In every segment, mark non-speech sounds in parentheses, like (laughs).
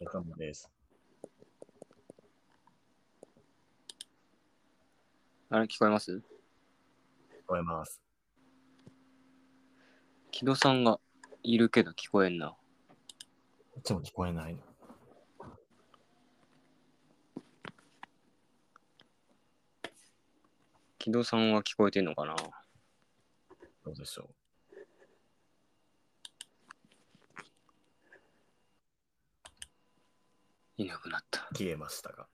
お疲れ様です。あれ聞こえます聞こえます。木戸さんがいるけど聞こえんな。いつも聞こえないの。木戸さんは聞こえてんのかなどうでしょいなくなったう。。消えましたが。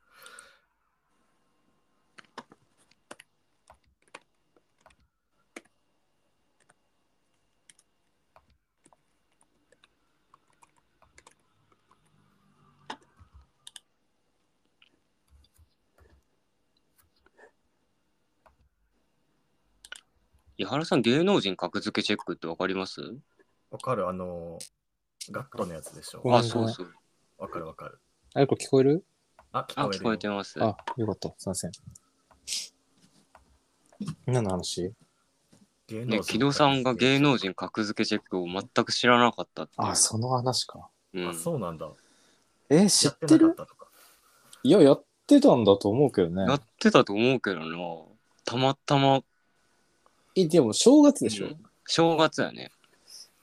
伊原さん、芸能人格付けチェックってわかりますわかるあのー、ガットのやつでしょわあ、かんないそうそう。わかるわかる。あれこれ聞こえるあ、聞あ、こえる聞こえてよます。あ、よかった。すいません。何の話芸能ね、人木戸さんが芸能人格付けチェックを全く知らなかったっていう。あ、その話か。うあ、ん、そうなんだ。え、知やっっててなかっるたとか。いや、やってたんだと思うけどねや。ってたと思うけどな。たまたま、え、でも正月でしょ、うん正月やね。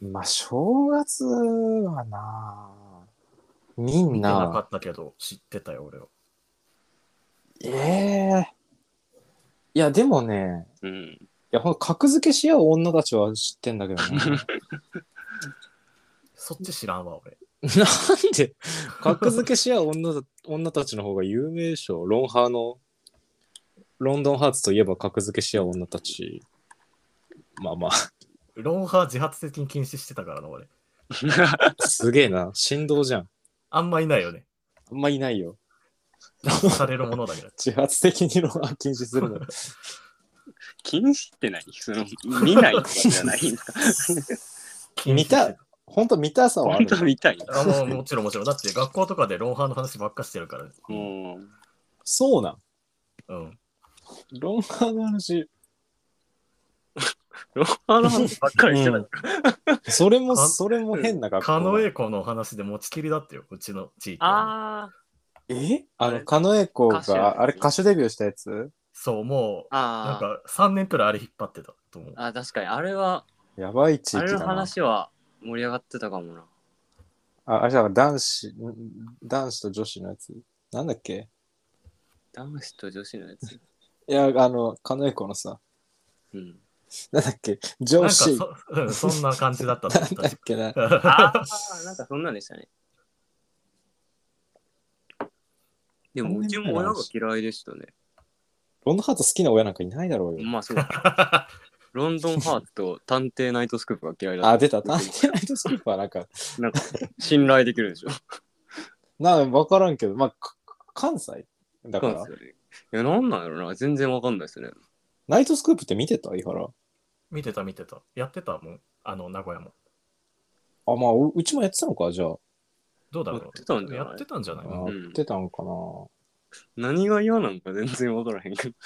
まあ、正月はなみん見てなかな、ったけど、知ってたよ、俺は。ええいや、でもね、うん。 (laughs) いや、ほんと格付けし合う女たちは知ってんだけど (laughs) ね。そっち知らんわ、俺。 (laughs) なんで格付けし合う女だ女たちの方が有名でしょロンハーのロンドンハーツといえば格付けし合う女たちまあまあ (laughs) ロンハー自発的に禁止してたからな、俺。すげえな振動じゃんあんまいないよね。あんまいないよされるものだけど。自発的にロンハー禁止 (laughs) するの禁止って何その、見ないとかじゃない (laughs) んだ。見た本当見たさはあ本る当見たい。あもうもちろんもちろん。だって学校とかでロンハーの話ばっかしてるから、ね。もう、そうなんうん。ロンハーの話ロマの話ばっかりしてた。それもかそれも変な格好狩野英孝の話で持ちきりだってよ、うちの地域はね、あえあの狩野英孝歌手のやつがあれ歌手デビューしたやつそう、もうあ、あなんあか3年くらいあれ引っ張ってたと思う。あ確かにあれはやばい地あれ域のだな話は盛り上がってたかもなあ、あれじゃあ男子、ん男子と女子のやつ。なんだっけ男子と女子のや (laughs) つ、いや、あの、カノエコのさ、うん、なんだっけなん女か子、そ,、うん、 (laughs) そんな感じだったとな思んうだっけな。確あかあなんか (laughs) そんなんでしたねでそもんうなちにも親が嫌いでしたねロンドハート好きな親なんかいないだろうよ。まあ (laughs) そうロンドンハーツと探偵ナイトスクープが嫌いだあ、っ出た。探偵ナイトスクープはなんか、たなんか信頼できるでしょなんかわからんけど、まあ、か関西 (laughs) だかそうでらす。よねいやなんなんやろな全然わかんないですねナイトスクープって見てた井原。 (laughs) 見てた見てた。やってたもん、あの、名古屋も。あ、まあ、ううちもやってたのか、じゃあ。どうだろうやってたんじゃないやってたんじゃないあうんやってたのか何が嫌なんか全然わからへん (laughs) けどな。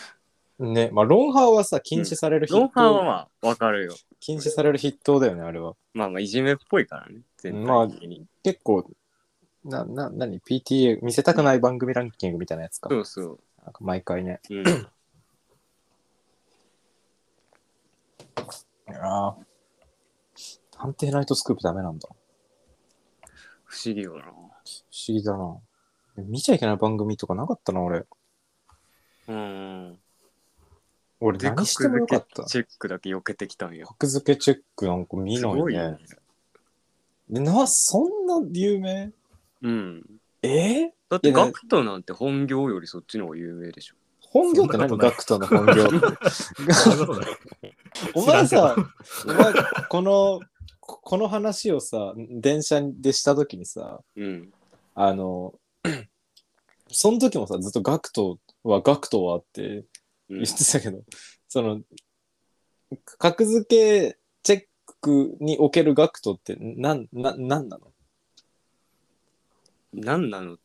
ね、まあ、ロンハーはさ、禁止される筆ロンハーは頭、まあわかるよ禁止される筆頭だよね、あれは。まあまあいじめっぽいからね全まあ体的に、結構、な、な、なに、PTA、見せたくない番組ランキングみたいなやつか。そうそうなんか毎回ね。うん、 (clears throat) ああ。探偵ナイトスクープダメなんだ。不思議よな。不思議だな。見ちゃいけない番組とかなかったな、俺。うーん。俺、何してもよかった格付け。チェックだけ避けてきたんや。格付けチェックなんか見すないごいねね。。でな、そんな有名うん。えーだって、いやねガクトなんて本業よりそっちの方が有名でしょ。本業ってそ何んなガクトの本業そういうことだよ (laughs) お前知らさ、お前、この、ここの話をさ、電車でした時にさ、うん。あの、その時もさ、ずっとガクトはガクトはってうん言ってたけど、その、格付けチェックにおけるガクトってなん、なん、なんなの (laughs) なんなの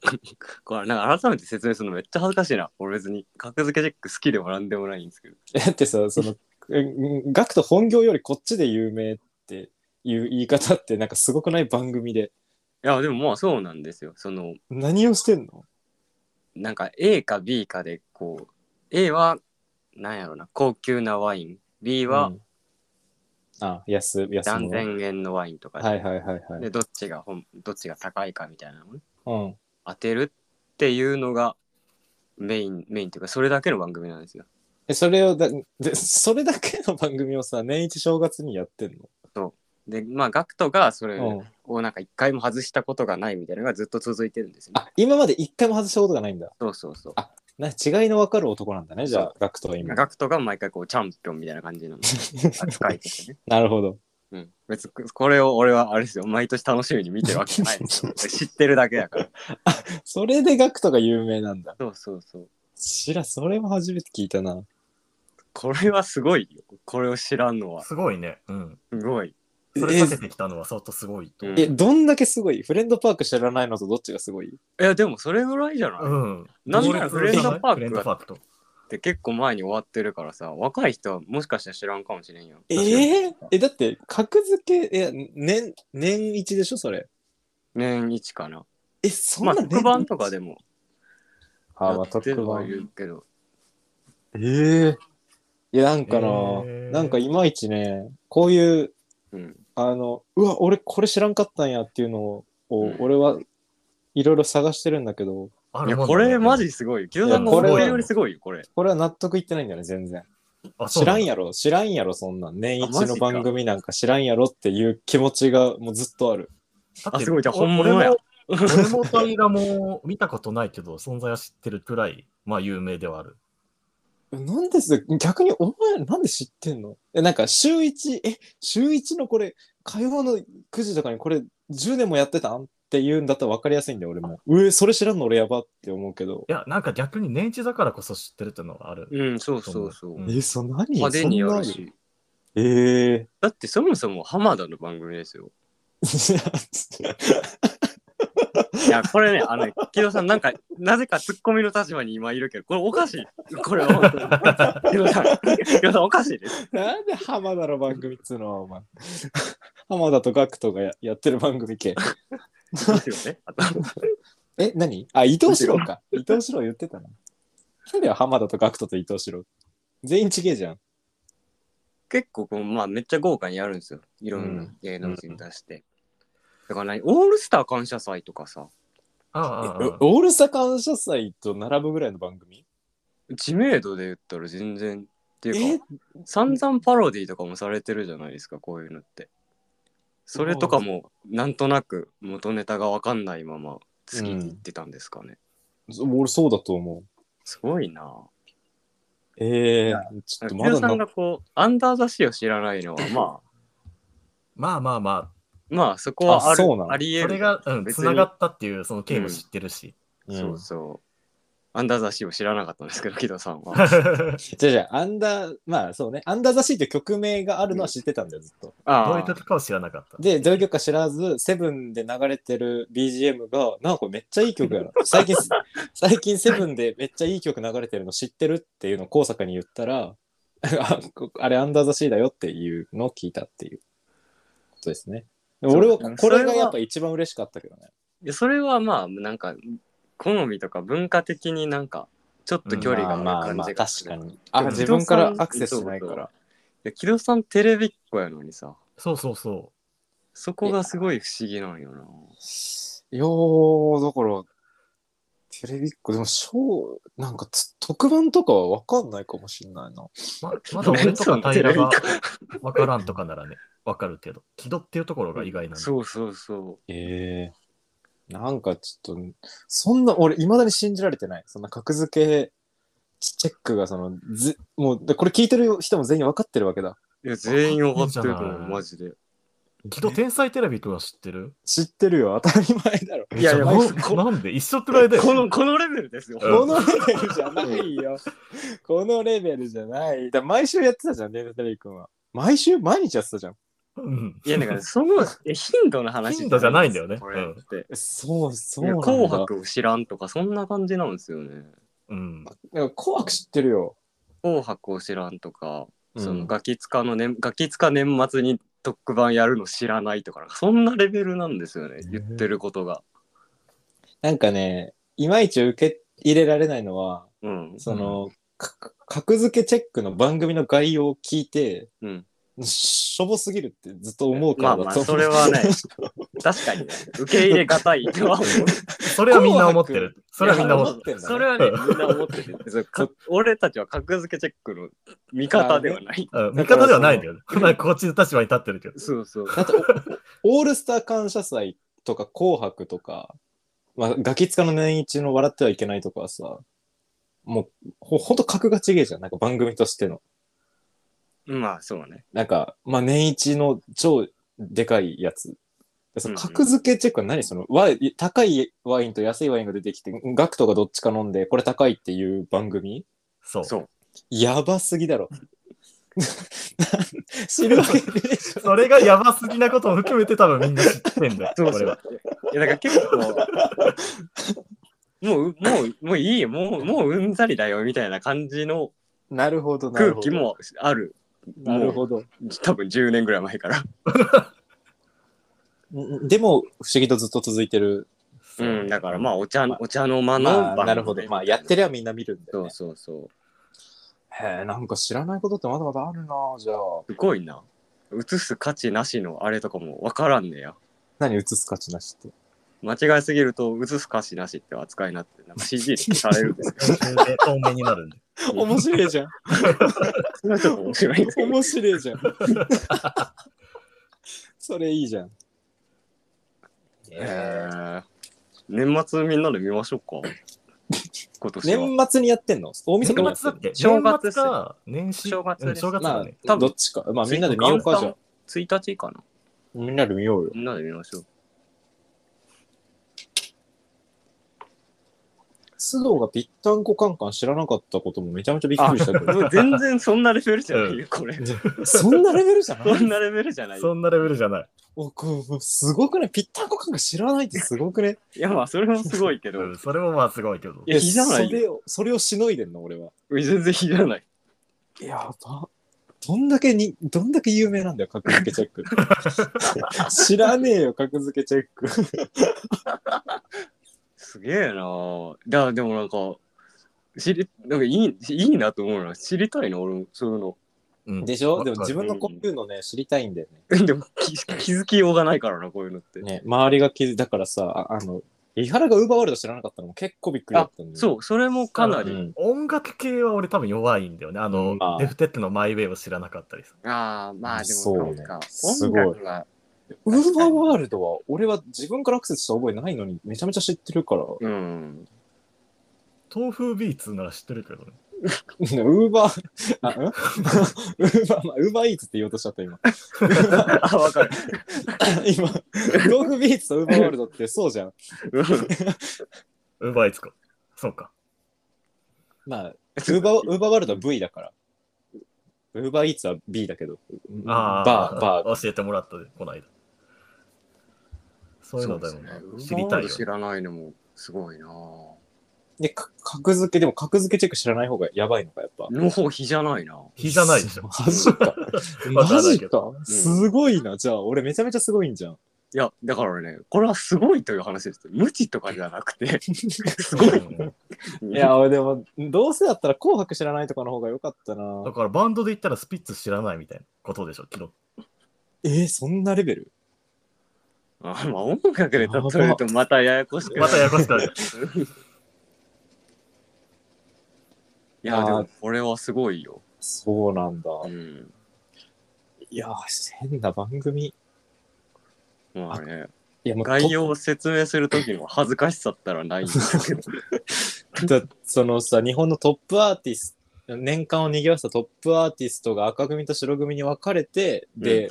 (laughs) これなんか改めて説明するのめっちゃ恥ずかしいな。俺別に格付けチェック好きでもなんでもないんですけど。だってさ、その、うんガクト本業よりこっちで有名っていう言い方ってなんかすごくない番組で。いや、でもまあそうなんですよ。その、何をしてんのなんか A か B かで、こう、A は、なんやろな、高級なワイン。B はうんあ、安、安断物然円のワインとかで、はいはいはいはい。でどっちがほんどっちが高いかみたいなのをねうん。当てるっていうのがメイン、メインというか、それだけの番組なんですよ。え、それをだ、で、それだけの番組をさ、年一正月にやってんで、まあ、ガクトがそれのうん。をなんか一回も外したことがないみたいなのがずっと続いてるんですよね。あ、今まで一回も外したことがないんだ。そうそうそう。な、違いのわかる男なんだね、じゃあ、ガクトは今。ガクトが毎回こうチャンピオンみたいな感じの扱いとかね。 (laughs) なるほど。うん、別にこれを俺はあれですよ毎年楽しみに見てるわけじゃ (laughs) ないですよ知ってるだけだからそれでガクトが有名なんだ。そうそうそう知ら、それも初めて聞いたな。これはすごいよこれを知らんのはすごいね。うん。すごいそれ避けてきたのは相当すごいと。うんえ、どんだけすごいフレンドパーク知らないのとどっちがすごいいやでもそれぐらいじゃない、うっん。なんならフレンドパークがフレンドパークと。て結構前に終わってるからさ若い人はもしかしたら知らんかもしれんよえー、え、だって、格付け、いや、年、年一でしょ、それ。年一かなえ、そんまなあ年特番とかでもあ、まあ、やって特るのは番。言うけどええいや、なんかな、えーなんかいまいちね、こういう、うんあの、うわ、俺これ知らんかったんやっていうのを、うん俺はいろいろ探してるんだけど、あいやるもんこだねれマジすごいよ木戸さんがいやこれ俺よりすごいよこれこれは納得いってないんだよね、全然。あそう知ならだんやろ、知らんやろ、そんなん。年あマ一ジのか番組なんか知らんやろっていう気持ちがもうずっとある。だってあすごいじゃあ本物や俺も俺も大河も見たことないけど、存在は知ってるくらい、まあ有名ではある。なんです逆にお前なんで知ってんのえなんか週一え週一のこれ火曜の9時とかにこれ10年もやってたんって言うんだったら分かりやすいんだよ俺もうえそれ知らんの俺やばって思うけどいや、なんか逆に年一だからこそ知ってるってのはある。うんそうそうそう、うんえそ何派手にやるそんなあしえー、だってそもそも浜田の番組ですよ。いや、これね、あの、木戸さん、なんか、なぜかツッコミの立場に今いるけど、これおかしい。これは、木戸さん、木戸さんおかしいです。 (laughs) なんで浜田の番組っつうのはお前 (laughs) 浜田とガクトがややってる番組系ですよね。あとえ何あ伊藤四郎か伊藤四郎言ってたななんで浜田とガクトと伊藤四郎全員ちげえじゃん結構こう、まあ、めっちゃ豪華にやるんですよ。いろんうなん芸能人出して。だから何オールスター感謝祭とかさ、ああああえオールスター感謝祭と並ぶぐらいの番組知名度で言ったら全然、っていえうか、散々パロディとかもされてるじゃないですか、こういうのって。それとかも、なんとなく元ネタがわかんないまま、次に行ってたんですかね。そ俺そうだと思う。すごいな。ええちょっと木ま戸さだんながこう、アンダーザシーを知らないのは、まあ、まあまあままあ、そこはああるそうなのありあ、えそる。れが、うん、別につながったっていう、その経緯も知ってるし。うんそうそう。アンダーザシーを知らなかったんですけど、木戸さん (laughs) は。どじゃあじゃあアンダー、まあそうね、アンダーザシーって曲名があるのは知ってたんだよ、ずっと。あういうあ、時かは知らなかった。で、どういう曲か知らず、セブンで流れてる BGM が、なんかこれめっちゃいい曲やな。最近、最近セブンでめっちゃいい曲流れてるの知ってるっていうのを高坂に言ったら、あこあれアンダーザシーだよっていうのを聞いたっていうことですね。で俺はそうこれがやっぱ一番嬉しかったけどね。いやそれはまあ、なんか、好みとか文化的になんか、ちょっと距離まがあある感まあじが確する。かに。であ、も自分から伊藤さんアクセスしないから。いや木戸さん、テレビっ子やのにさ、そうそうそそこがすごい不思議なんよな。いやー、だから、テレビっ子、でも、ショー、なんかつ、特番とかはわかんないかもしれないな。う。ままだ俺とかテ平レビがか。わからんとかならね、わかるけど、気取っていうところが意外なんだ (laughs) そうそうそう。ええなんかちょっと、そんな、俺、いまだに信じられてない。そんな格付けチェックが、その、ず、もう、でこれ聞いてる人も全員わかってるわけだ。いや、全員分かってるといいじ思ゃなう、いマジで。木戸天才テレビとは知ってる知ってるよ、当たり前だろ。い (laughs) やいやじゃあ僕ななんで一緒くらいだよ。この、このレベルですよ。うんこのレベルじゃないよ。 (laughs) このレベルじゃない。だから毎週やってたじゃん、データテレビ君は。毎週、毎日やってたじゃん。うんいや、だから、その、え頻度の話。頻度じゃないんだよねこれって。えそう、そういやなんだ。紅白を知らんとか、そんな感じなんですよね。うん。いや紅白知ってるよ。紅白を知らんとか、そのうんガキ使の年、ガキ使年末に TikTok 版やるの知らないとかなんかそんなレベルなんですよね言ってることが。なんかね、いまいち受け入れられないのは、うんその、か格付けチェックの番組の概要を聞いて、うん、しょぼすぎるってずっと思うからだと思う。まあまあそれはね確かにね受け入れがたいとは思う。それはみんな思ってる。それはみんな思ってる。てるそれはね、みんな思ってて、そうか俺たちは格付けチェックの味方ではない。うん味方ではないんだよね。まあこっちの立場に立ってるけど。そうそう。だっておオールスター感謝祭とか紅白とか、まあ、ガキ使の年一の笑ってはいけないとかはさ、もうほほんと格が違えじゃん。なんか番組としての。まあそうね。なんか、まあ、年一の超でかいやつ。でその格付けチェックは何そのワイン高いワインと安いワインが出てきて、ガクトがどっちか飲んで、これ高いっていう番組そう。そう。やばすぎだろ。 (laughs) 知るわけねえじゃんそれがやばすぎなことも含めて多分みんな知ってんだよ。そうこそれうは。。いやだから結構、もう、もう、もういいよ、もう、もううんざりだよみたいな感じの (laughs) なるほど、なる空ほ気ど。もある。なるほど。多分10年ぐらい前から。んでも、不思議とずっと続いてる。うん、だからまあ。あお茶まあ、お茶の間の番まあ、組なるほど。まあ、やってりゃみんな見るんだよ、そねう。そうそう。へえ、なんか知らないことってまだまだあるなじゃあ。すごいな。映す価値なしのあれとかもわからんねや。何映す価値なしって。間違いすぎると映す価値なしって扱いになって、なんか CG で消されるん (laughs) ですけど、 (laughs) 透明透明になるんで。 (laughs) 面白いじゃん。それはちょっと面白いんですけど。面白いじゃん。 (laughs) それいいじゃん。えー年末みんなで見ましょうか。今年は。年末にやってんの大晦日にや年末だってんっのけ正正月月っすよか年始正月ですうん正月まだあね。、多分どっちか。まあ、みんなで見ようかじゃん。 1日かな。みんなで見ようよ。みんなで見ましょう。須藤がぴったんこカンカン知らなかったこともめちゃめちゃびっくりしたけど。も (laughs) う全然そんなレベルじゃないよ、これ。そんなレベルじゃなそんいなレベルじゃない。そんなレベルじゃない。おこうすごくねぴったんこカンカン知らないってすごくねいや、まあ、それもすごいけどう、んそれもまあすごいけどい。や日じゃないよそれを、それをしのいでんの、俺は。全然ひじゃない。やば。どんだけに、どんだけ有名なんだよ、格付けチェック。 (laughs) 知らねえよ、格付けチェック。すげえなぁ。だからでもなんか、知り、なんかいい、いいなと思うな。知りたいな、俺も、そういうの。 (laughs) うんでしょでも自わかる分のこういうのね、知りたいんだよね。でも気気づきようがないからな、こういうのって。ね、周りが気づだからさ、ああの、伊原がウーバーワールド知らなかったのも結構びっくりだったんだよ。そう、それもかなうり。ん。音楽系は俺多分弱いんだよね。あの、まあデフテッドのマイウェイを知らなかったりする。ああ、まあでもそうねなんか、す音ごい楽が、ウーバーワールドは、俺は自分からアクセスした覚えないのに、めちゃめちゃ知ってるから。うん。豆腐ビーツなら知ってるけどね。ウーバー、あ、ん (laughs) ウーバー、まあ、ウーバーイーツって言おうとしちゃった、今。 (laughs) あ、わかる。 (laughs) 今、ドーグビーツとウーバーワールドってそうじゃん。うん (laughs) ウーバーイーツか。そうか。まあ、ウ (laughs) ーバー、ウーバーワールドは V だから。ウーバーイーツは B だけど。あバあ、ー、バー。教えてもらったで、この間。そういうのでもなそうです知ねりたいウーバーワールドよ知。らないのもすごいなぁ。で、か格付け、でも格付けチェック知らない方がやばいのか、やっぱ。の方比じゃないなぁ。日じゃないでしょ。 (laughs) マジ (laughs) か。わかマんないジけか。すごいな。じゃあ、俺めちゃめちゃすごいんじゃん。いや、だからね、これはすごいという話です。無知とかじゃなくて、 (laughs) すごい。うんいや、俺でも、どうせだったら紅白知らないとかの方が良かっ (laughs) ただ (laughs) な。からバンドで言ったらスピッツ知らないみたいなことでしょ、昨日。えー、そんなレベルあ (laughs) まあ音楽で例えるとまたややこしくなるまたややこし (laughs) くなる。いや、であもーこれはすごいよ。そうなんだ。うん。いやー、変な番組。まあね、いや、もう、概要を説明するときの恥ずかしさったらないんだけど。だそのさ日本のトップアーティスト年間を賑わせたトップアーティストが赤組と白組に分かれてで、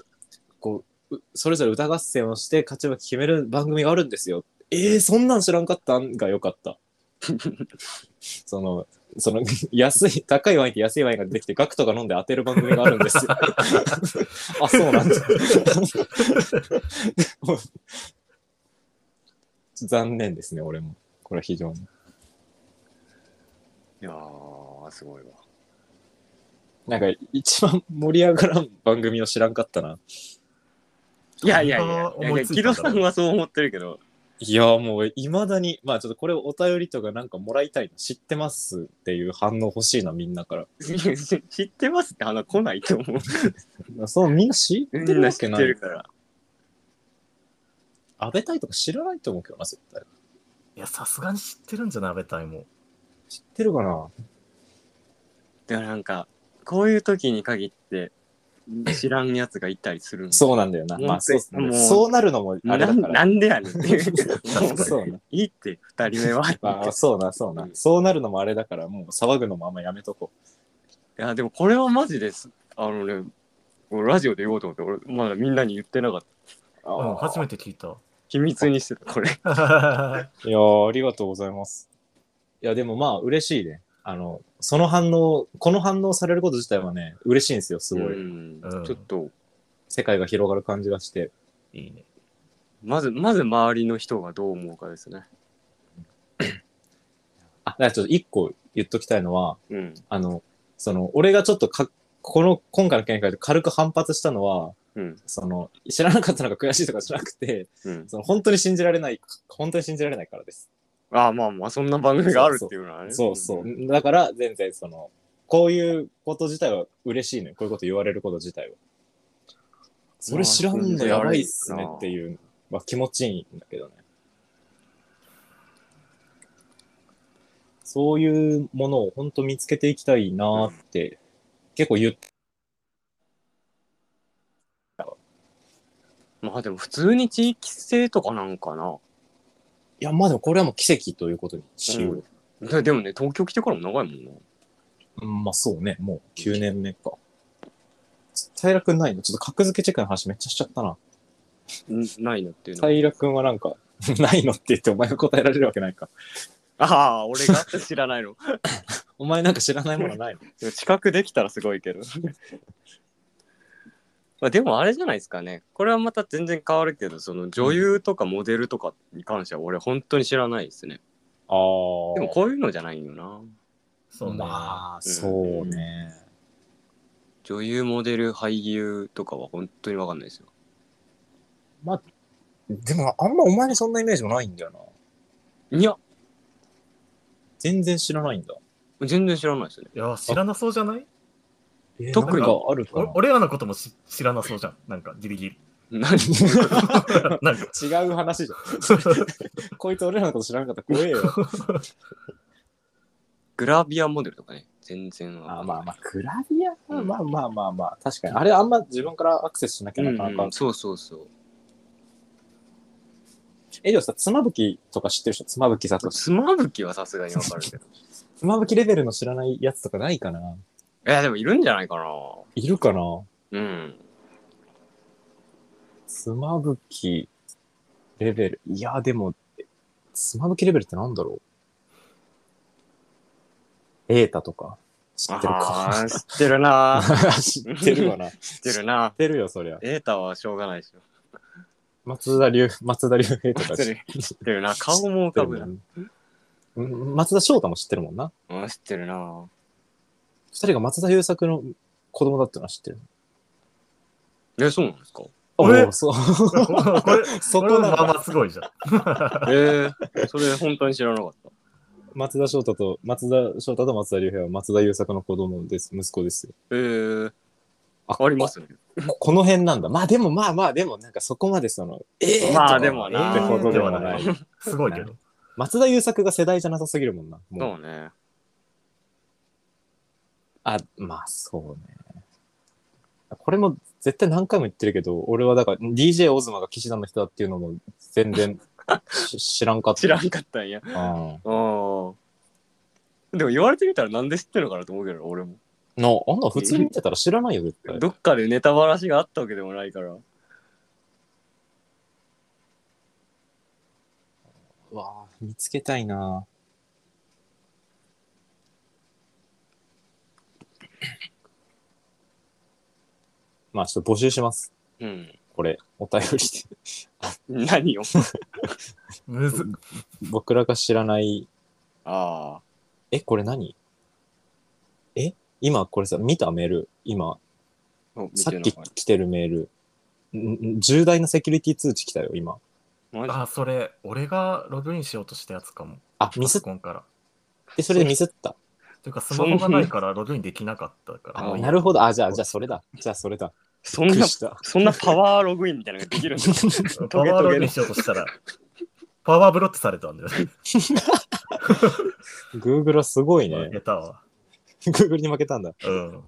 こううそれぞれ歌合戦をして勝ち負け決める番組があるんですよえー、そんなん知らんかったんが良かったそのその (laughs) 安い高いワインと安いワインが出てきてガクトが飲んで当てる番組があるんですよあそうなんだ (laughs) 残念ですね俺もこれは非常に (laughs) いやー、すごいわ。なんか一番盛り上がらん番組を知らんかったな。いやいやいや誰がいやい思やいつい木た戸んださろうんはそう思ってるけど (laughs) いや、もう、いまだに、まあ、ちょっとこれお便りとかなんかもらいたいな、知ってますっていう反応欲しいな、みんなから。知ってますって花来ないと思うそう、みんな知ってみるんなわ知けっなてるい。から安倍隊とか知らないと思うけどな、絶対。いや、さすがに知ってるんじゃない、安倍隊も。知ってるかなでもなんかこういう時に限って知らんやつがいたりするんそうなんだよな。もうまあ、そうっすねもうそうなるのもあなれだんから。なんでやねんっていう確 (laughs) かにそうな。いいって二人目はまあ、そうな、そうな。そうなるのもあれだから、もう騒ぐのもあんまやめとこいやでもこれはマジですあのね俺ラジオで言おうと思って俺まだみんなに言ってなかったう。うん、初めめて聞いた。 (laughs) 秘密にしてたこれいやーありがとうございます。いや、でもまあ、嬉しいね。あの、その反応、この反応されること自体はね、嬉しいんですよ、すごい。うんうんちょっと世界が広がる感じがして。いいね。まずまず周りの人がどう思うかですねあ、だからちょっと一個言っときたいのは、うんあの、その、俺がちょっとか、この、今回の見解で軽く反発したのは、うんその、知らなかったのが悔しいとかじゃなくて、うんその、本当に信じられない、本当に信じられないからです。ああまあまあそんな番組があるっていうのはねそうそう。だから、全然その、こういうこと自体は嬉しいのよ。こういうこと言われること自体は。それ知らんのやばいっすねっていう、まあ、気持ちいいんだけどね。そういうものを本当見つけていきたいなーって、結構言って、まあでも普通に地域性とかなんかないや、まあでもこれはもう奇跡ということにしようよ。ででもね東京来てからも長いもんなうん、まあそうね、もう9年目か。平君ないのちょっと格付けチェックの話めっちゃしちゃったな。んないのっていうのは平君はなんか、 (laughs) ないのって言ってお前が答えられるわけないか。ああ俺が知らないのお前なんか知らないものないのでも (laughs) 近くできたらすごいけど (laughs) まあでもあれじゃないですかねこれはまた全然変わるけどその女優とかモデルとかに関しては俺本当に知らないですねあでもこういうのじゃないよなそうね。まあ、うんそうね。女優モデル俳優とかは本当に分かんないですよでもあんまお前にそんなイメージもないんだよな。いや全然知らないんだ。全然知らないですねいや、知らなそうじゃない特特ににあるかおな俺らのこともし知らなそうじゃん。なんか、ギリ (laughs) ギリ。 (laughs) 何なん (laughs) か、違う話じゃん。こいつ俺らのこと知らなかったら怖えよ。 (laughs) グラビアモデルとかね全然わあかーんなまいあまあ、クラビアはまあまあまあまあ、確かに。あれあんま自分からアクセスしなきゃなかなか。うんうんそうそうそうえ、でもさ、妻夫木とか知ってる人妻夫木さとか。妻夫木はさすがにわかるけど妻夫木レベルの知らないやつとかないかな。 (laughs) いやでもいるんじゃないかないるかなうん妻夫木レベル。いや、でも、え妻夫木レベルってなんだろうエータとか。知ってるあか。ー知ってるな (laughs) 知ってるわな。知っ知ってるなてるよ、そりゃ。データはしょうがないでしょ松田龍、松田龍平とか松知田っ龍て知ってるな顔も浮かるぶなもんうん松田翔太も知ってるもんな。うん知ってるな二人が松田優作の子供だってのは知ってる。えそうなんですかあれおーそう。これ、そここれなまんだあまあすごいじゃん。えー、それ本当に知らなかった松田翔太と、松田翔太と松田龍平は松田優作の子供です。息子ですよ。えー、あ変わりますねここの辺なんだ。まあでもまあまあ、でもなんかそこまでその、ええまあでもなってことではない。すごいけど。松田優作が世代じゃなさすぎるもんな。もうそうねあ、まあそうね。これも絶対何回も言ってるけど、俺はだから DJ オズマが騎士団の人だっていうのも全然し知らんかった。知らんかったんやうん。あーでも言われてみたらなんで知ってるのかなと思うけど俺もな、あんな普通に見てたら知らないよ、絶対。どっかでネタばらしがあったわけでもないからうわあ見つけたいな (coughs) まあちょっと募集します。うんこれ、お便りで。何をむずっ (laughs) 僕らが知らない、ああえ、これ何え今これさ、見たメール。今、そう見さてっなかきった来てるメール。ん重大なセキュリティ通知来たよ、今。マジあ、それ、俺がログインしようとしたやつかも。あ、パミスソっコンから。て、それでミスった。というか、スマホがないからログインできなかったから。ああなるほど。あ、じゃあ、じゃあ、それだ。じゃあ、それだ。そんびっくなりした。そんなパワーログインみたいなのができるんです (laughs) かパワーログインしようとしたら、パワーブロックされたんだよね。 Google はす (laughs) ごいね。下手は。 Google に負けたんだ。うん。だか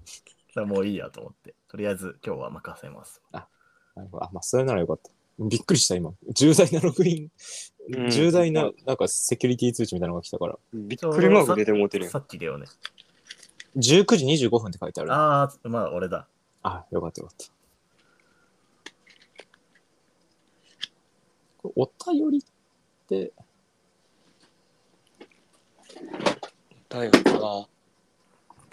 らもういいやと思って。とりあえず今日は任せます。なるほどあ、まあ、それならよかった。びっくりした、今。重大なログイン、うん重大な、なんかセキュリティ通知みたいなのが来たから。びっくりマーク出てもうてるやんさ。っきだよね。 19時25分って書いてある。あああ、まあ俺だ。よかったよかった。これお便りって、だよな。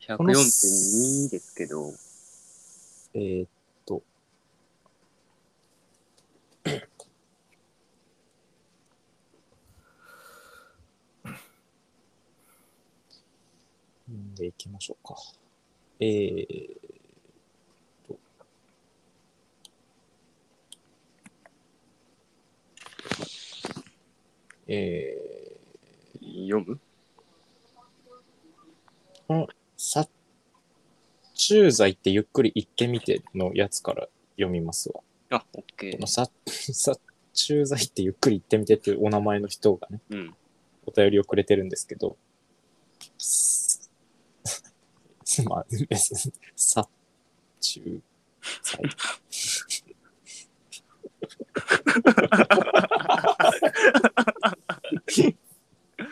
104.2ですけど、えーっと。んでいきましょうか。えー、と。えー、読む殺虫剤ってゆっくり言ってみてのやつから読みますわ。あ、オッケこのー。殺 (laughs) 殺虫剤ってゆっくり言ってみてっていうお名前の人がね、うん。お便りをくれてるんですけど、 (laughs) すまあ、 (laughs) 別に殺虫剤。え、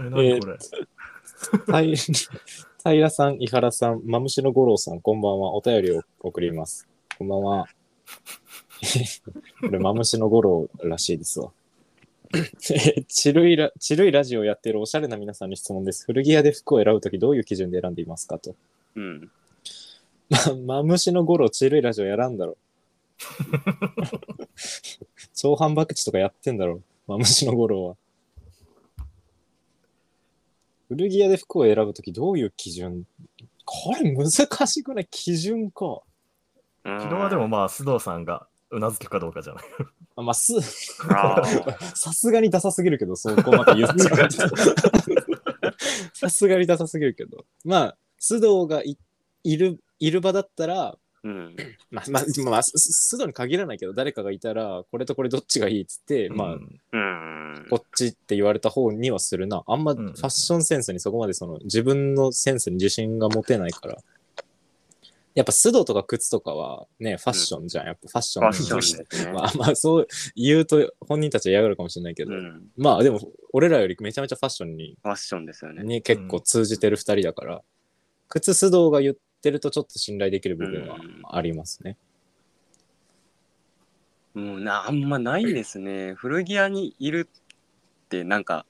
何これ、 (laughs) 平平さん、井原さん、マムシの五郎さん、こんばんは。お便りを送ります。こんばんは。 (laughs) これ、マムシの五郎らしいですわ。 (laughs) えちるいラちるいラジオをやっているおしゃれな皆さんに質問です。古着屋で服を選ぶとき、どういう基準で選んでいますかと。うん。まマムシの五郎、ちるいラジオやらんだろ。 (laughs) 超反爆地とかやってんだろ。マムシの五郎は。古着屋で服を選ぶときどういう基準これ難しくない基準か。昨日はでもまあ、須藤さんがうなずけるかどうかじゃない。あまあ、す、あー、 (laughs) さすがにダサすぎるけ (laughs) ど、そこまで言っちゃうと。さすがにダサすぎるけど。まあ、須藤がいいる、いる場だったら、うん。まあ、まあ、まあ、すす須藤に限らないけど、誰かがいたら、これとこれどっちがいいっつって、まうあ、んうん。こっちって言われた方にはするな。あんまんフうんうんァッションセンスにそこまでその、自分のセンスに自信が持てないから。やっぱ須藤とか靴とかはね、ファッションじゃん。やっぱファッシフョンァッなんだションですね。まあ、まあ、そう言うと本人たちは嫌がるかもしれないけうど、ん。まあでも、俺らよりめちゃめちゃファッションにファッションですよね。に結構通じてる二人だから、靴須藤が言ってるとちょっと信頼できる部分はありますね。もうな、あんまないですね。古着屋にいるって、なんか、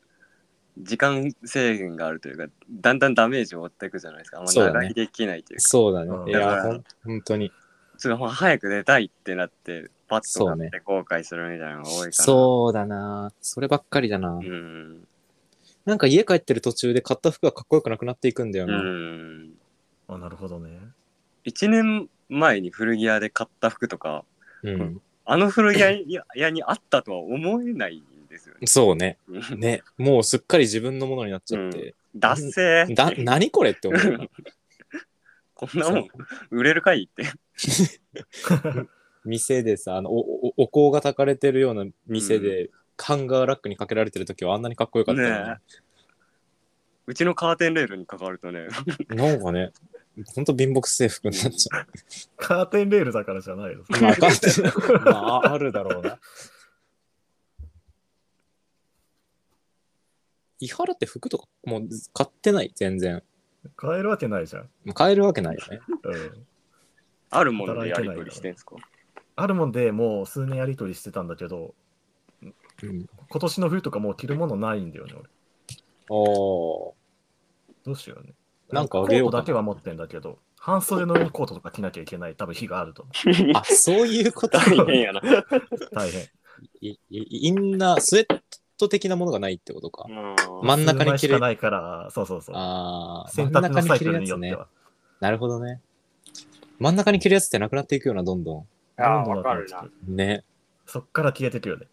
時間制限があるというか、だんだんダメージを負っていくじゃないですか。あんまそうだね長居できないというか。そうだね。うんいだかや、らほん本当に。ちょっと早く出たいってなって、パッとそう買ねって後悔するみたいなのが多いから。そうだな。そればっかりだな。うん。なんか家帰ってる途中で買った服がかっこよくなくなっていくんだような。ん。あ、なるほどね。 (laughs) 1年前に古着屋で買った服とか、うんあの古着屋に屋にあったとは思えないんですよね。そうね。うんね。もうすっかり自分のものになっちゃって。ダッセーだ、何これって思うよな。こんなもん売れるかいって。店でさ、あの、お、お、お香が炊かれてるような店で、ハンガーラックにかけられてる時はあんなにかっこよかったのにねうちのカーテンレールにかかるとね、 (laughs) なんかね、ほんと貧乏制服になっちゃう。カーテンレールだからじゃないよ。まあ、わかんない (laughs) まあ、あるだろうな。伊原って服とかもう買ってない、全然。買えるわけないじゃん。もう買えるわけないよね。うん。あるものでやり取りしてんすか。あるもんでもう数年やりとりしてたんだけど、うん、今年の冬とかもう着るものないんだよね、俺。おーどうしようね。なんかあげようコートかなだけは持ってんだけど、半袖の上にコートとか着なきゃいけない、多分日がある (laughs) と思あ、そういうこ (laughs) と大変やな。う。大変。いいインナー、スウェット的なものがないってことか。うん真ん中数に枚着しかる。ないから、そうそうそう。ああ、選択のサイク真んル中にに着よってるやつね。は。なるほどね。真ん中に切るやつってなくなっていくような、どんどああ、わかるな。ん。ね。そっから消えてくよね。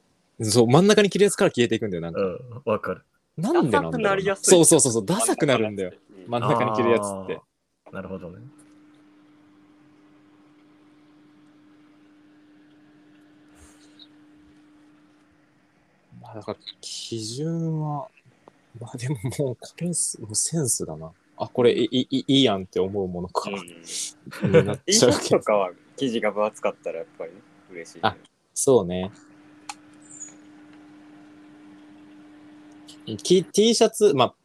そう、真ん中に切るやつから消えていくんだよ、なうんか。ん、わかる。なんでなんだろダうサくなりやすい。そうそうそうそう、ダサくなるんだよ。うん。真ん中に切るやつって。あー。なるほどね。まあ、だから、基準は、まあでももう、これす、もうセンスだな。あ、これいいいいいやんって思うものか。うんになっ印ちゃう刷けとど。かは記事が分厚かったらやっぱりね嬉しいね。あそうね。き T シャツ、まあ、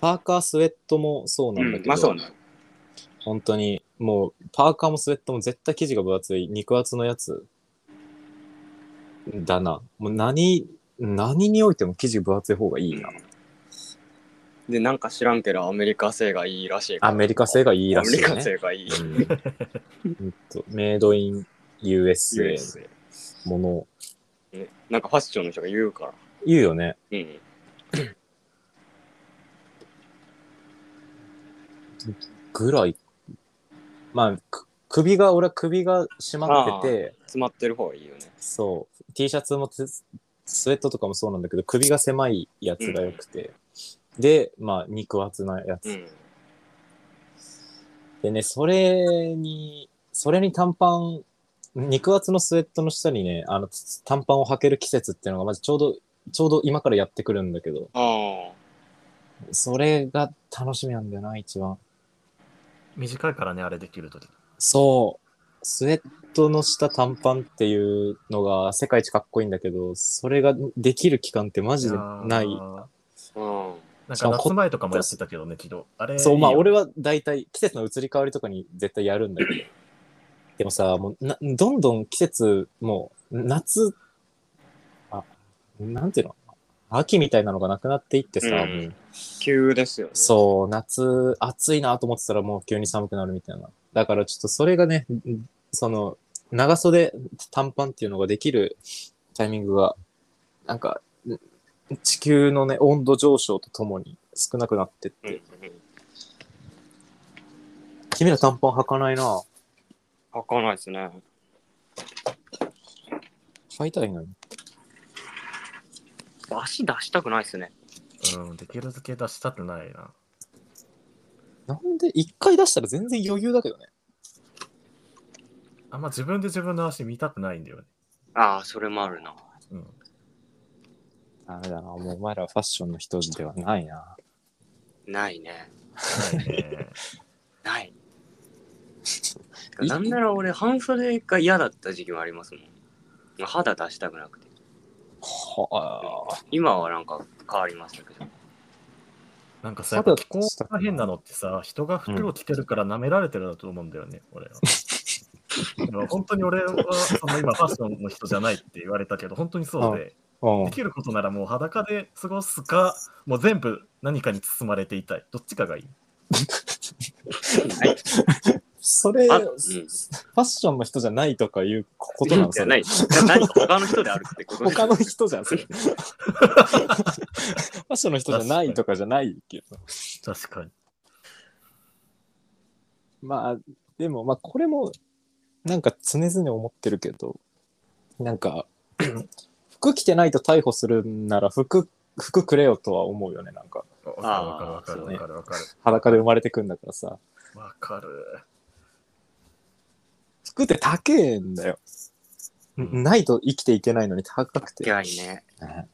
パーカー、スウェットもそううなんだんけ、ど、まあそうね。本当に、もう、パーカーもスウェットも絶対生地が分厚い、肉厚のやつ、だな。もう何、何においても生地分厚い方がいいな。で、なんか知らんけど、アメリカ製がいいらしいからアメリカ製がいいらしいアメリよカね。製がいい。うんうんとメイドイン USA US もの、ねなんかファッションの人が言うから。言うよね。うん。ぐらい。まあ、く首が、俺は首が締まってて、詰まってる方がいいよね。そう、T シャツもつスウェットとかもそうなんだけど、首が狭いやつが良くて、で、まあ、肉厚なやつ。うん。でね、それに、それに短パン、肉厚のスウェットの下にね、あの、つ短パンを履ける季節っていうのが、まずちょうど、ちょうど今からやってくるんだけど、あそれが楽しみなんだよな、一番。短いからね、あれできるとき。そう。スウェットの下短パンっていうのが世界一かっこいいんだけど、それができる期間ってマジでない。やあ。うーん。なんしかかもこ夏前とかもやってたけどね、昨日。あれ、そう、まあ俺は。は大体季節の移り変わりとかに絶対やるんだけど。でもさ、もうな、どんどん季節、もう夏、あ、なんていうの秋みたいなのがなくなっていってさ、うんもう急ですよね。そう、夏暑いなと思ってたらもう急に寒くなるみたいな。だからちょっとそれがね、んその、長袖短パンっていうのができるタイミングが、なんか、ん地球のね、温度上昇とともに少なくなってって。うん。うん君ら短パン履かないな履かないですね。履いたらいいのに。足出したくないですね。うん、できるだけ出したくないな。なんで、一回出したら全然余裕だけどね。あんま自分で自分の足見たくないんだよね。ああ、それもあるな。 (laughs) うん。ダメだな、もうお前らはファッションの人ではないな。ないね。ないね。ない。なんなら俺、半袖が嫌だった時期もありますもん。肌出したくなくて。はあ。今はなんか変わりましたけ (laughs) ど。なんかさ、やっぱ気候が変なのってさ、人が服を着てるから舐められてるんだと思うんだよね、 (laughs) 俺は。でも本当に俺はその今ファッションの人じゃないって言われたけど、本当にそうで、うんで。きることならもう裸で過ごすか、もう全部何かに包まれていたい。どっちかがいい。それ、あうフんァッションの人じゃないとかいうこと (laughs) なのじゃそなれい。何か他の人であるってこと他の人じゃん、それ。ファッションの人じゃないとかじゃないけど。確かに。まあ、でも、まあ、これも、なんか常々思ってるけど、なんか、 (clears throat) 服着てないと逮捕するなら、服、服くれよとは思うよね、なんか。わかるそうわねかるわかる裸で生まれてくんだからさ。わかる。わかる。服って高えんだよ。うんないと生きていけないのに高くて。嫌いね。ね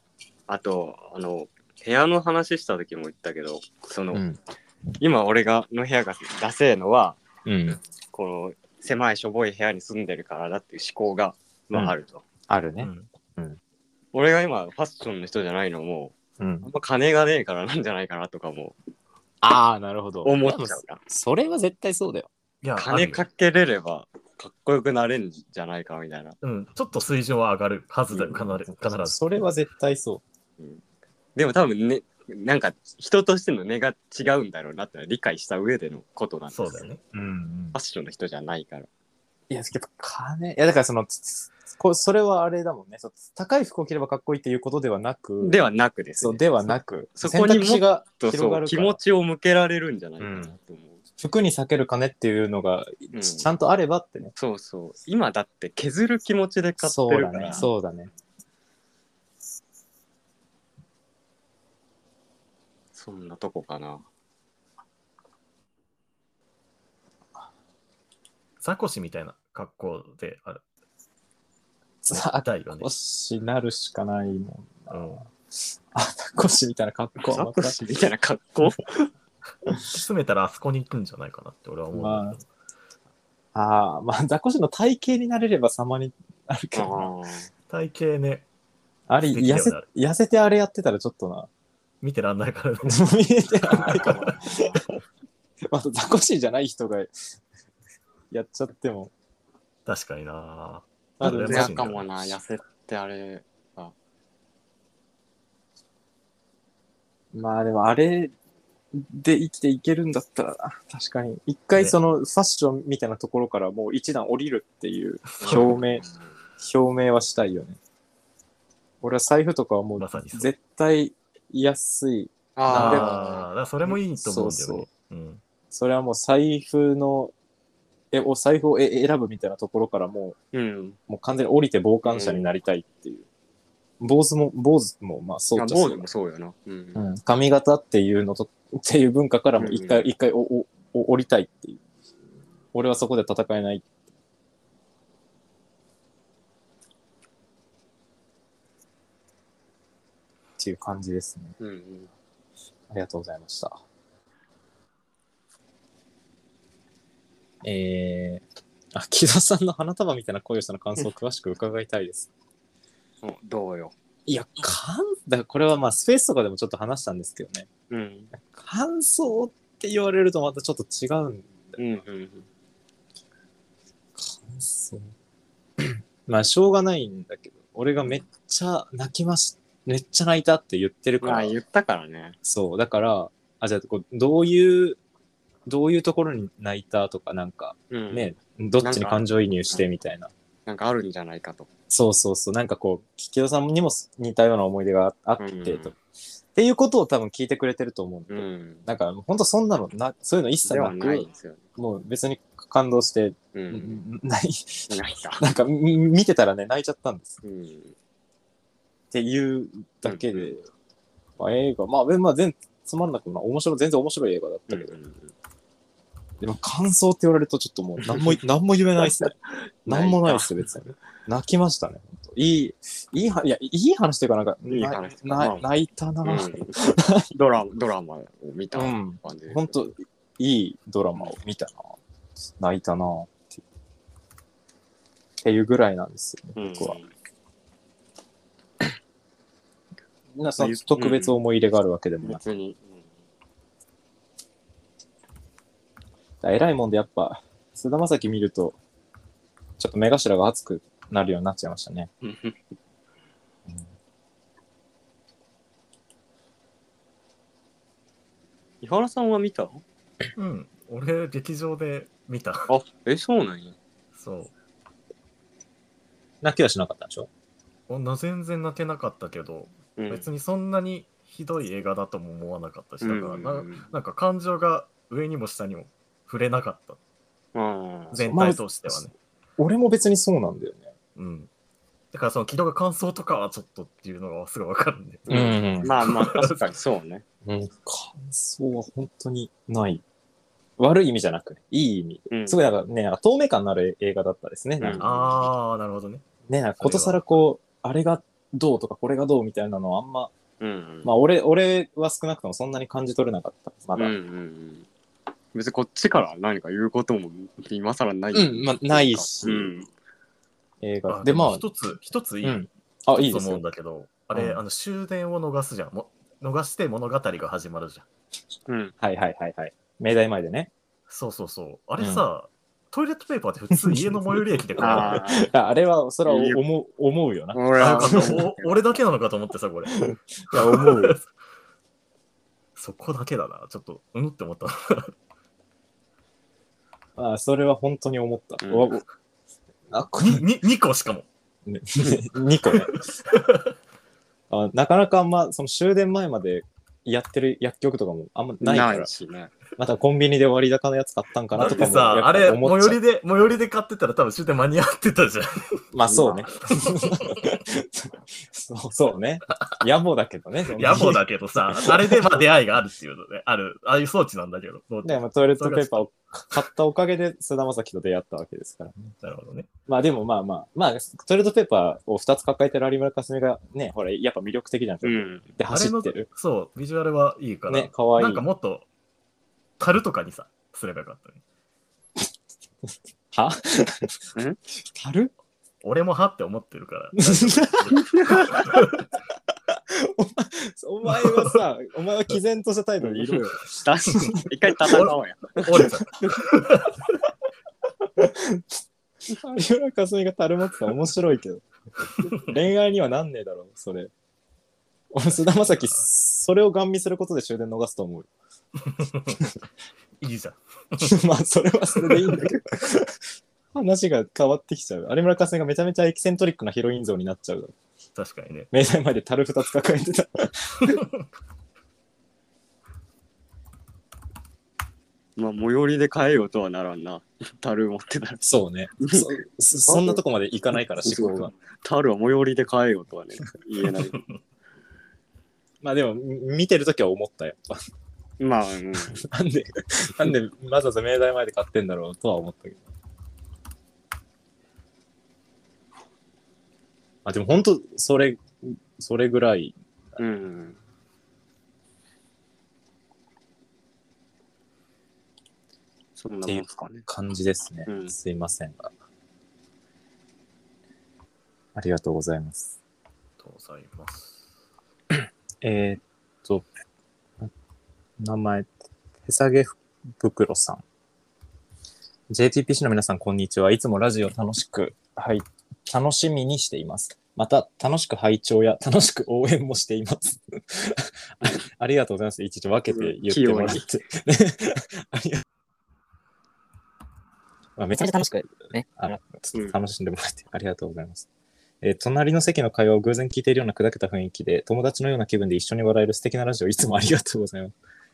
あと、あの、部屋の話した時も言ったけど、その、うん。今俺がの部屋がダセえのは、うん。この狭いしょぼい部屋に住んでるからだっていう思考が、まうんあ、あると。あるうね。ん俺が今ファッションの人じゃないのも、うんあんま金がねえからなんじゃないかなとかもああ、なるほど。思っでもちゃうな。それは絶対そうだよ。いや、ある金よかけれればかっこよくなれんじゃないかみたいな。うん、ちょっと水準は上がるはずだよ、必ず。必ずそれは絶対そでも多分ね、なんか人としての根が違うんだろうなってのは理解した上でのことなんですそうだよね。う。うんファッションの人じゃないから。いや、やっぱ金。いや、だからその、つつこそれはあれだもんね。そう高い服を着ればかっこいいっていうことではなく、ではなくです、そうね。ではなく、そそこにも選択肢がそう広がるから気持ちを向けられるんじゃないかなと思う。服に避ける金っていうのがうんちゃんとあればってね。そうそう。今だって削る気持ちで買っそてうるだかね。ら。そうだね。そんなとこかな。ザコシみたいな格好である。さあ、だよねこ。しなるしかないもん。 (laughs) うん。あ、たこしみたいな格好ザコシみたいな格好詰めたらあそこに行くんじゃないかなって俺は思う。まああ、まあ、ザコシの体型になれれば様になるけどな。あー体型ね、あれ、素敵だ痩よせねあれ、痩せてあれやってたらちょっとな。 (laughs) 見てらんないからね。見えてないかあら。 (laughs) まあ、ザコシじゃない人がやっちゃっても。確かにな。あでもいやかもな、痩せってあれ。まあでもあれで生きていけるんだったらな確かに一回そのファッションみたいなところからもう一段降りるっていう表明表明はしたいよね俺は財布とかはもうまさにそう絶対安いああ、あだからそれもいいと思うんだよね。そううん、それはもう財布のえお財布をえ選ぶみたいなところからもあ。うん。うもう完全に降りて傍観者になりたいっていう、坊主も坊主もまあそうあじゃ坊主そうだもそうよな。うん。うん、髪型っていうのと、っていう文化からも一回、うん一回お、お、お、降りたいっていう。俺はそこで戦えない。っていう感じですね。うんうん。ありがとうございました。えー、あ、木戸さんの花束みたいな恋をしたの感想を詳しく伺いたいです。おどうよ。いや、かん、だからこれはまあスペースとかでもちょっと話したんですけどね。うん。感想って言われるとまたちょっと違うんだうんうんうん。感想 (clears throat) まあしょうがないんだけど俺がめっちゃ泣きましめっちゃ泣いたって言ってるかまあら言ったからね。そうだからあじゃあこうどういうどういうところに泣いたとかなんかうん。ね、どっちに感情移入してみたいななんかあるんじゃないかと。そうそうそうなんかこう桔梗さんにも似たような思い出がああってと、うんうんっていうことを多分聞いてくれてると思うんだけうど、ん。なんか本当そんなのなそういうの一切ではなくないんですよね。もう別に感動してうん。ない、ないか。なんかみ見てたらね、泣いちゃったんです。うん。っていうだけで、うんまあ、映画、まあ、べまあ、全つまんなくもない面白い、全然面白い映画だっうたけど、ん。でも感想って言われるとちょっともう何 (laughs) も、何も言えないっすね。何もないっす、別に。泣きましたね、ほんといい、いいは、いや、いい話というか、なんか、いい話なまあな泣いたな、うんドラドラマを見たうん感じです。ほんと、いいドラマを見たな、泣いたな、っていうっていうぐらいなんですよね、うん僕は。皆さうんん特別思い入れがあるわけでもない。別に。だから偉いもんでやっぱ、菅田将暉見ると、ちょっと目頭が熱くなるようになっちゃいましたね。うん伊原さんは見たうん。俺、劇場で見た。あ、え、そうなんや。そう泣きはしなかったんでしょおな。全然泣けなかったけど、うん別にそんなにひどい映画だとも思わなかったし、だからなうんうんなんか感情が上にも下にも触れなかった。うん全体通してはね。俺も別にそうなんだよね。うん。だからその軌道が感想とかはちょっとっていうのがすごいわかるね。うんまあまあ、確かにそうね。うん、感想は本当にない。悪い意味じゃなくね、いい意味で。うんすごいなんかね、なんか透明感のある映画だったですね。んなんかああ、なるほどね。ね、なんかことさらこう、あれがどうとかこれがどうみたいなのはあんま、うん。まあ俺、俺は少なくともそんなに感じ取れなかった。まだ。うんうんうん別にこっちから何か言うことも今更ない。うんまあないしうん映画。あで、まあ、一つ、一ついい、うんあ、いいとです思うよん。だけど、あれ、うんあの終電を逃すじゃん。も逃して物語が始まるじゃん。うん。はいはいはいはい。明大前でね。そうそうそう。あれさ、トイレットペーパーって普通家の最寄り駅で買うよああ。 (laughs) ああれは、それはいいよ思う思うよな。い俺なんはかお俺だけなのかと思ってさ、これ。や、思うよ。 (laughs) そこだけだな。ちょっと、うんって思った。あそれは本当に思った。うんわおあこれ、にに2個しかも。 (laughs) ね、2個ねあ。なかなかあんま、その終電前までやってる薬局とかもあんまないから、しね。またコンビニで割高のやつ買ったんかだなっとてかもやっさ、ぱあれ、最思っちゃう寄りで、最寄りで買ってたら多分終点間に合ってたじゃん。まあそうね。 (laughs) そうそうね。野暮だけどね。野暮 (laughs) だけどさ、あれでまあ出会いがあるっていうのね、ある、ああいう装置なんだけど。どうね、まあ、トイレットペーパーを買ったおかげで菅田将暉と出会ったわけですから、ね。なるほどね。まあでもまあまあ、まあ、トイレットペーパーを2つ抱えてる有村架純がね、ほら、やっぱ魅力的じゃん。うん。で、あれ走のってる。、そう、ビジュアルはいいから、ね、かわいないんか。もっと、樽とかにさ、すればよかったね。はん (laughs) 樽俺もはって思ってるから。お前はさ、お前は毅然とした態度でいろよ。確かに一回戦おうや。折れちゃっ有村架純が樽持ってたら面白いけど。恋愛にはなんねえだろう、それ。俺、菅田将暉、それをガン見することで終電逃すと思う。た。いいじゃん。 (laughs) まあ、それはそれでいいんだけど。 (laughs) 話が変わってきちゃう。有村架純がめちゃめちゃエキセントリックなヒロイン像になっちゃうだろ。確かにね。明細まで樽2つ抱えてた。まあ、最寄りで買えよとはならんな。 (laughs) 樽持ってたら。そうね。 (laughs) そそんなとこまでいかないから、思考が。 (laughs) 樽は最寄りで買えよとはね、言 (laughs) えない。まあでも、み見てるときは思ったよ。 (laughs) まあ、うん。なんで、なんでわざわざ明大前で買ってんだろうとは思ったけど。あ、でも本当それ、それぐらい。うん。そんなもんすかね。感じですね。うんすいませんが。ありがとうございます。とうございます。えーっと、名前、へさげ袋さん。JTPC の皆さん、こんにちは。いつもラジオ楽しく、はい、楽しみにしています。また、楽しく拝聴や楽しく応援もしています。 (laughs) ありがとうございます。いちいち分けて言ってもらって。ありが (laughs) まあ、めちゃめちゃ楽しく、ね、あのうん楽しんでもらってありがとうございます。えー隣の席の会話を偶然聞いているような砕けた雰囲気で、友達のような気分で一緒に笑える素敵なラジオ、いつもありがとうございます。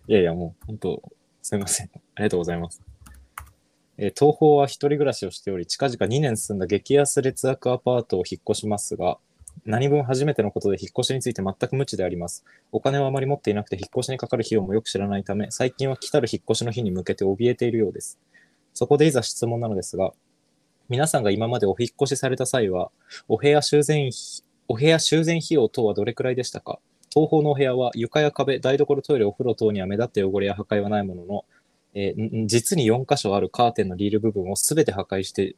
いやいや、もう、本当すみません。ありがとうございます。えー東宝は一人暮らしをしており、近々2年住んだ激安劣悪アパートを引っ越しますが、何分初めてのことで引っ越しについて全く無知であります。お金はあまり持っていなくて、引っ越しにかかる費用もよく知らないため、最近は来たる引っ越しの日に向けて怯えているようです。そこでいざ質問なのですが、皆さんが今までお引っ越しされた際は、お部屋修繕費、お部屋修繕費用等はどれくらいでしたか東方のお部屋は床や壁、台所、トイレ、お風呂等には目立って汚れや破壊はないものの、えーんん実に4箇所あるカーテンのリール部分をすべて破壊して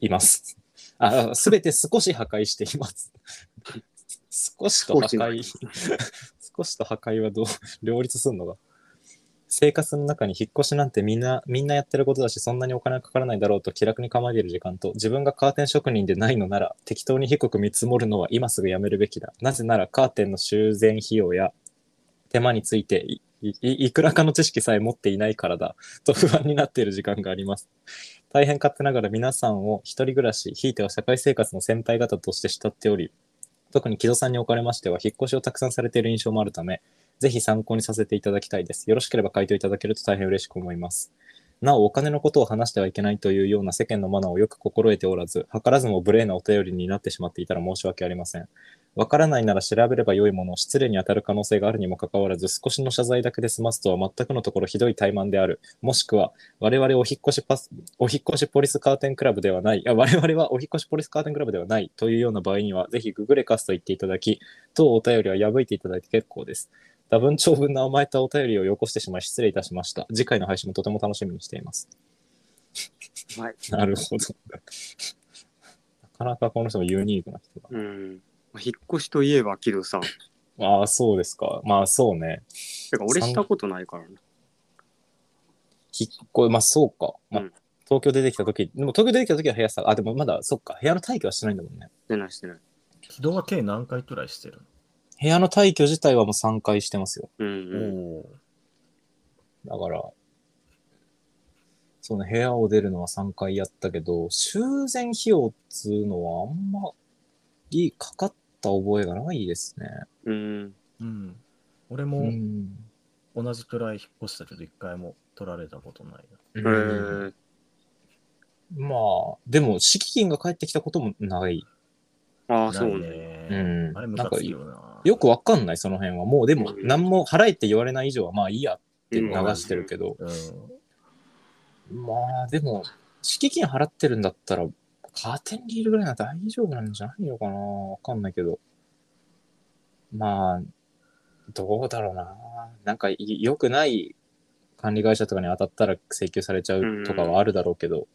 います。 (laughs) あ、すべて少し破壊しています。少しと破壊、 (laughs) 少しと破壊はどう、 (laughs) 両立するのが。生活の中に引っ越しなんてみんな、みんなやってることだし、そんなにお金はかからないだろうと気楽に構えている時間と、自分がカーテン職人でないのなら、適当に低く見積もるのは今すぐやめるべきだ。なぜならカーテンの修繕費用や手間についてい、いいいくらかの知識さえ持っていないからだ、と不安になっている時間があります。大変勝手ながら皆さんを一人暮らし、ひいては社会生活の先輩方として慕っており、特に木戸さんにおかれましては、引っ越しをたくさんされている印象もあるため、ぜひ参考にさせていただきたいです。よろしければ回答いただけると大変嬉しく思います。なお、お金のことを話してはいけないというような世間のマナーをよく心得ておらず、図らずも無礼なお便りになってしまっていたら申し訳ありません。わからないなら調べれば良いもの、失礼に当たる可能性があるにもかかわらず、少しの謝罪だけで済ますとは全くのところひどい怠慢である。もしくは、我々お引っ越しパス、お引っ越しポリスカーテンクラブではない、あ我々はお引っ越しポリスカーテンクラブではないというような場合には、ぜひググレカスと言っていただき、当お便りは破いていただいて結構です。多分長文な甘えたお便りをよこしてしまい失礼いたしました。次回の配信もとても楽しみにしています。 (laughs) はい。なるほど。 (laughs) なかなかこの人もユニークな人だ。うん。まあ引っ越しといえば、木戸さん。てああ、そうですか。まあそうね。か、俺したことないからな。引っ越まあそうか。まあうん東京出てきた時でも東京出てきた時は部屋さ、あ、でもまだ、そっか、部屋の退去はしてないんだもんね。してないしてない。軌道は計何回くらいしてる部屋の退去自体はもう3回してますよ。うんの、うん。おお。だから、そうね、部屋を出るのは3回やったけど、修繕費用っつうのはあんまりかかった覚えがないですね。うん。うん。俺も、うん。同じくらい引っ越したけど、一回も取られたことないな。へうんーまあ、でも、敷金が返ってきたこともない。ああ、そうないね。ね。うんあれ、ムなんカかつくよな。よくわかんない、その辺は。もう、でも、うん何も払えって言われない以上は、まあいいやって流うんしてるけど、うん。まあ、でも、敷金払ってるんだったら、カーテンリールぐらいなら大丈夫なんじゃないのかなわかんないけど。まあ、どうだろうな。なんかい、良くない管理会社とかに当たったら請求されちゃうとかはあるだろうけど。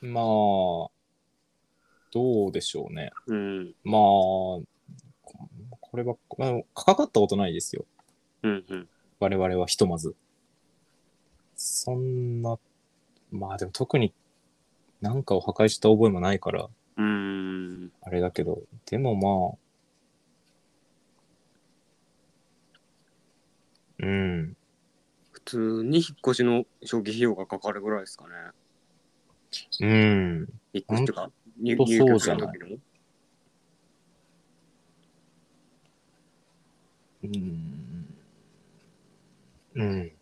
まあ、どうでしょうね。うん。まあ、ここればっか、まあ、かかったことないですよ。うん。うん。我々はひとまず。そんな、まあでも特になんかを破壊した覚えもないから、うん。あれだけど、でもまあ、うん。普通に引っ越しの初期費用がかかるぐらいですかね。うん。引っ越しとか、入ほんと入そう居じすゃるない時の。うん。うん。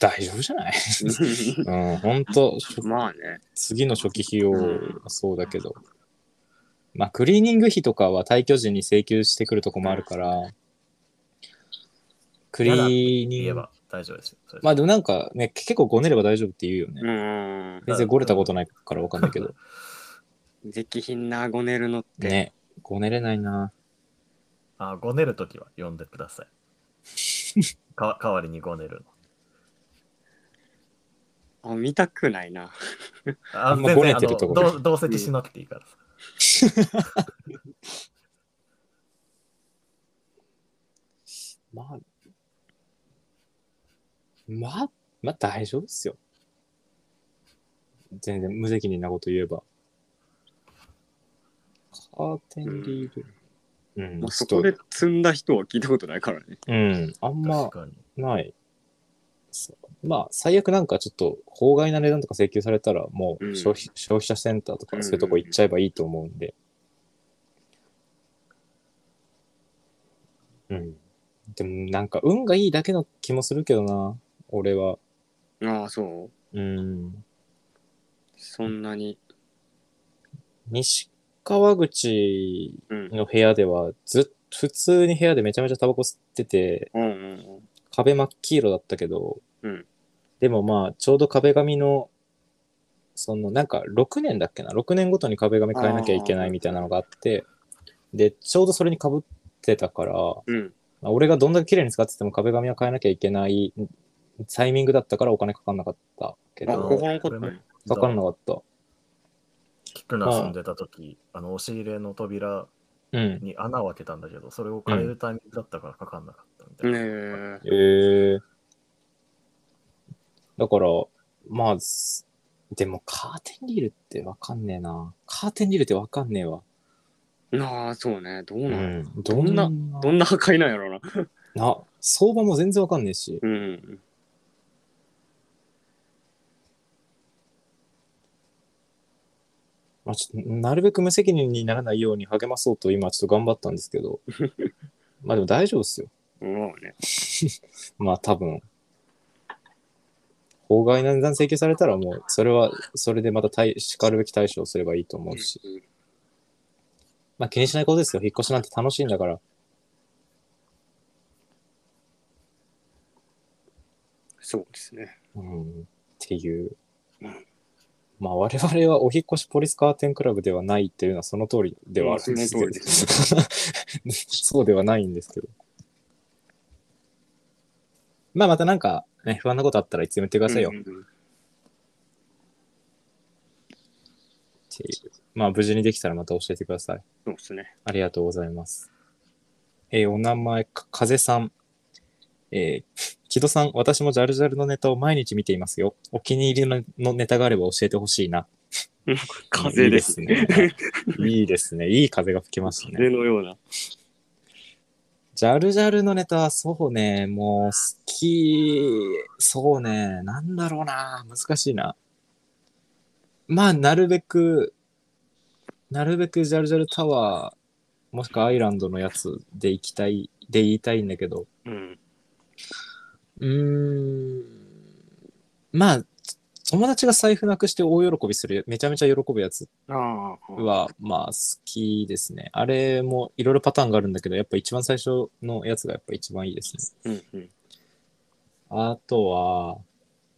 大丈夫じゃない (laughs) うん、ほんと、 (laughs) 初まあね。次の初期費用はそうだけど、まあ、クリーニング費とかは退去時に請求してくるとこもあるから、クリーニ言えング、ば大丈夫ですよ。それまあでもなんかね、結構ごねれば大丈夫って言うようね。ん。全然ごれたことないからわかんないけど、絶品なごねるのって。ね、ごねれないな。あ、ごねるときは呼んでください。 (laughs) か代わりにごねるの。あ見たくないな。ああんまごねてるとこあの同同席しなくていいからさ。まあ、まあ、まあ大丈夫っすよ。全然無責任なこと言えば。カーテンリール。うん、まあ、ちょそっとこで積んだ人は聞いたことないからね。うん、あんま確かに。ない。そうまあ、最悪なんかちょっと、法外な値段とか請求されたら、もううん消費、消費者センターとかそういうとこ行っちゃえばいいと思うんで。うん。でも、なんか、運がいいだけの気もするけどな、俺は。ああ、そう。うん。そんなに。西川口うん。の部屋では、ずっ普通に部屋でめちゃめちゃタバコ吸ってて、うんうん壁真っ黄色だったけど、うんでもまあちょうど壁紙のそのなんか6年だっけな6年ごとに壁紙変えなきゃいけないみたいなのがあってでちょうどそれにかぶってたから、まうん。うん。あ俺がどんだけ綺麗に使ってても壁紙は変えなきゃいけないタイミングだったからお金かかんなかったけあ、うんどここのことね。かかんなかったキクナ住んでたとき、あの、押し入れの扉うんに穴を開けたんだけど、それを変えるタイミングだったからかかんなかったみたいねな。え。ええだからまあすでもカーテンリールってわかんねえなカーテンリールってわかんねえわなあ、そうね。どうなの、どんなど、どんな破壊なんやろうな。な、相場も全然わかんねえし、うん。まあ、ちょっとなるべく無責任にならないように励まそうと今ちょっと頑張ったんですけ (laughs) ど、まあでも大丈夫ですよ。思うね。まあ多分。法外な値段請求されたらもう、それは、それでまた対、叱るべき対処をすればいいと思うし、まあ気にしないことですよ。引っ越しなんて楽しいんだから。そうですね。うん、っていう。まあ我々はお引っ越しポリスカーテンクラブではないっていうのはその通りではあるんですけど、うんそそうではないんですけど。まあまたなんか、ね、不安なことあったらいつでも言ってくださいよっうんうんていう。まあ無事にできたらまた教えてください。そうですね。ありがとうございます。えーお名前、か風さん。えー、木戸さん、私もジャルジャルのネタを毎日見ていますよ。お気に入りののネタがあれば教えてほしいな。風ですね。いいですね。いいですね。いい風が吹きました風ね。のような。ジャルジャルのネタは、そうね、もう好き、そうね、なんだろうな、難しいな。まあ、なるべく、なるべくジャルジャルタワー、もしくはアイランドのやつで行きたいで言いたいんだけど、うん。うーん、まあ、友達が財布なくして大喜びする、めちゃめちゃ喜ぶやつああ。は、まあ、好きですね。あれもいろいろパターンがあるんだけど、やっぱ一番最初のやつがやっぱ一番いいですね。うんうん。あとは、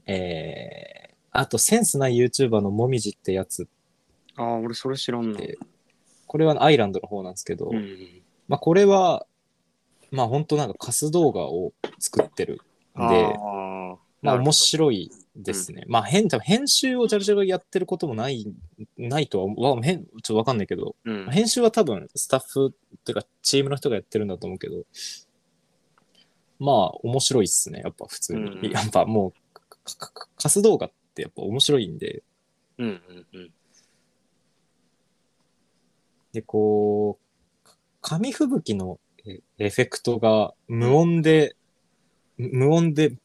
えー、あとセンスない YouTuber のもみじってやつ、ああ、俺それ知らんな。でこれはアイランドの方なんですけど、うん。まあこれは、まあ本当なんかカス動画を作ってるんで、あまあ面い。白いですね。まあ変、多分編集をジャルジャルやってることもない、ないとは思う、わ変ちょっとわかんないけど、うん。編集は多分スタッフっていうかチームの人がやってるんだと思うけど、まあ面白いっすね、やっぱ普通に。うんやっぱもう、かかかカス動画ってやっぱ面白いんで、うんうんうん。で、こう、か紙吹雪のえエフェクトが無音で、無音でぷ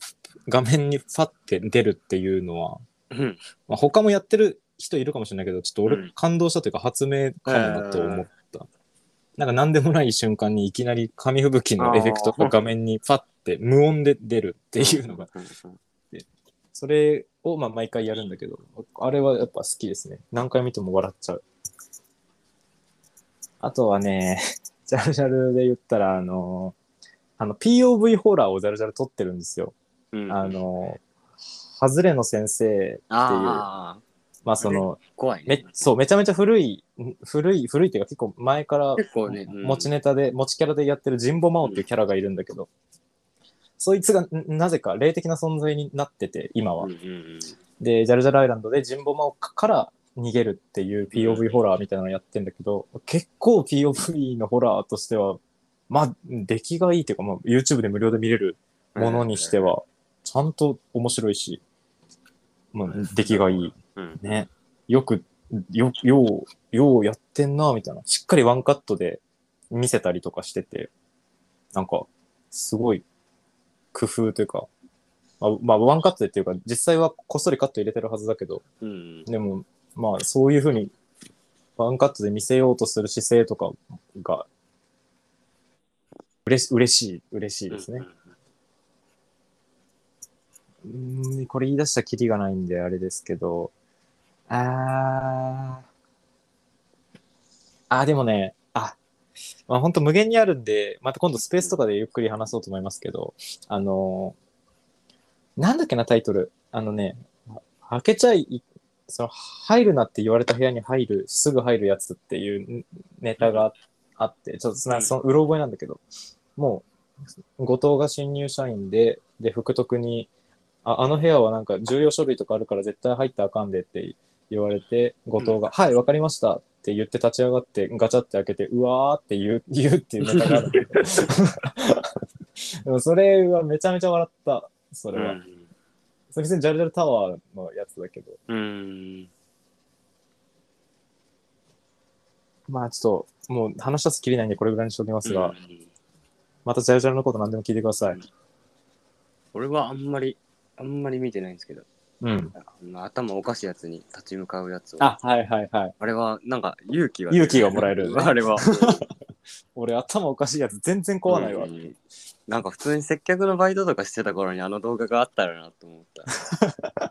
画面にファって出るっていうのは、うん。まあ、他もやってる人いるかもしれないけど、ちょっとう俺ん感動したというか発明かもなと思った。なんか何でもない瞬間にいきなり紙吹雪のエフェクトが画面にパッて無音で出るっていうのが、んうんそれをまあ毎回やるんだけど、あれはやっぱ好きですね。何回見ても笑っちゃう。あとはね、 (laughs) ジャルジャルで言ったら、あの、あの POV ホラーをジャルジャル撮ってるんですよ。うん。うんあ、の、ハズレの先生っていう、ああ、まあその、怖いねめ。そうめちゃめちゃ古いん古い古いっていうか結構前から結構ね、うん持ちネタで、持ちキャラでやってる神保真央っていうキャラがいるんだけど、そいつがんなぜか霊的な存在になってて今は、うんうんでジャルジャルアイランドで神保真央から逃げるっていう POV ホラーみたいなのやってんだけど、結構 POV のホラーとしてはまあ出来がいいっていうか、まあ、YouTube で無料で見れるうん。ものにしてはちゃんと面白いし、まあ、出来がいいうん。ね、よく、よ、よう、ようやってんな、みたいな。しっかりワンカットで見せたりとかしてて、なんか、すごい、工夫というか、まあ、まあ、ワンカットでっていうか、実際はこっそりカット入れてるはずだけど、うん。でも、まあ、そういうふうに、ワンカットで見せようとする姿勢とかが、うれし、嬉しい、嬉しいですね。うーん、これ言い出したらキリがないんであれですけど、あー、あーでもね、あ、まあ本当無限にあるんで、また今度スペースとかでゆっくり話そうと思いますけど、あのーなんだっけなタイトル、あのね、開けちゃい、その、入るなって言われた部屋に入る、すぐ入るやつっていうんネタがあって、ちょっとその、そのうろ覚えなんだけど、もう、後藤が新入社員で、で、福徳に、ああの部屋はなんか重要書類とかあるから絶対入ったらあかんでって言われて、後藤が、はい、わかりましたって言って立ち上がって、ガチャって開けて、うわーって言う、 (laughs) 言うっていうネタが (laughs) あるんだけど。でもそれはめちゃめちゃ笑った、それは。それ別にジャルジャルタワーのやつだけど。うん。まあちょっと、もう話し出すきりないんでこれぐらいにしておきますが、うんまたジャルジャルのこと何でも聞いてください。俺はあんまり、あんまり見てないんですけど、うん。あの頭おかしいやつに立ち向かうやつを。あ、はいはいはい。あれは、なんか勇気が。勇気がもらえるよ (laughs) ねあれは。俺頭おかしいやつ全然 (laughs) 怖ないわ。うんなんか普通に接客のバイトとかしてた頃にあの動画があったらなと思っ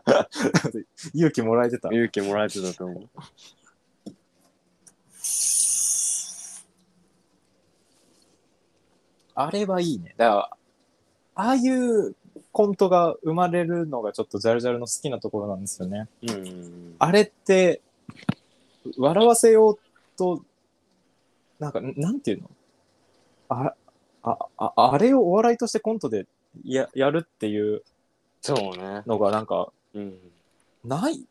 た。勇気もらえてた。勇気もらえてたと思う。あれはいいね。だから、ああいうコントが生まれるのがちょっとジャルジャルの好きなところなんですよね。うん。あれって、笑わせようと、なんか、んなんていうのああああれをお笑いとしてコントでややるっていうそうね。のがなんか、うん。ない、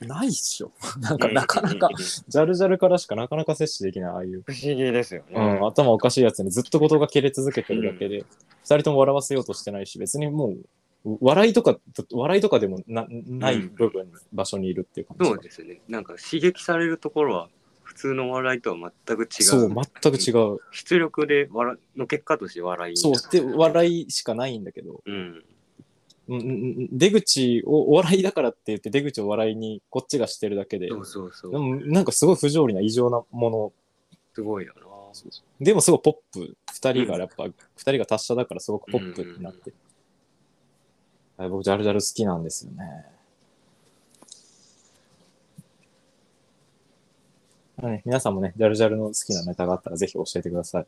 ないっしょ。なんか、なかなか、ジャルジャルからしかなかなか摂取できない、ああいう。不思議ですようね。ん、頭おかしいやつにずっとことが切れ続けてるだけで、二人とも笑わせようとしてないし、別にもう、う笑いとか、笑いとかでもなない部分、場所にいるっていう感じが。そうですね。なんか刺激されるところは普通の笑いとは全く違う。そう、全く違う。出力で笑の結果として笑い。そう、で、笑いしかないんだけど、うん。うんうんうん出口をお笑いだからって言って、出口を笑いにこっちがしてるだけで、そうそうそでう。もなんかすごい不条理な異常なものすごいよな。そうそうでもすごいポップ、2人がやっぱ、二人が達者だからすごくポップになって。はい僕、ジャルジャル好きなんですよね。まあね皆さんもね、ジャルジャルの好きなネタがあったらぜひ教えてください。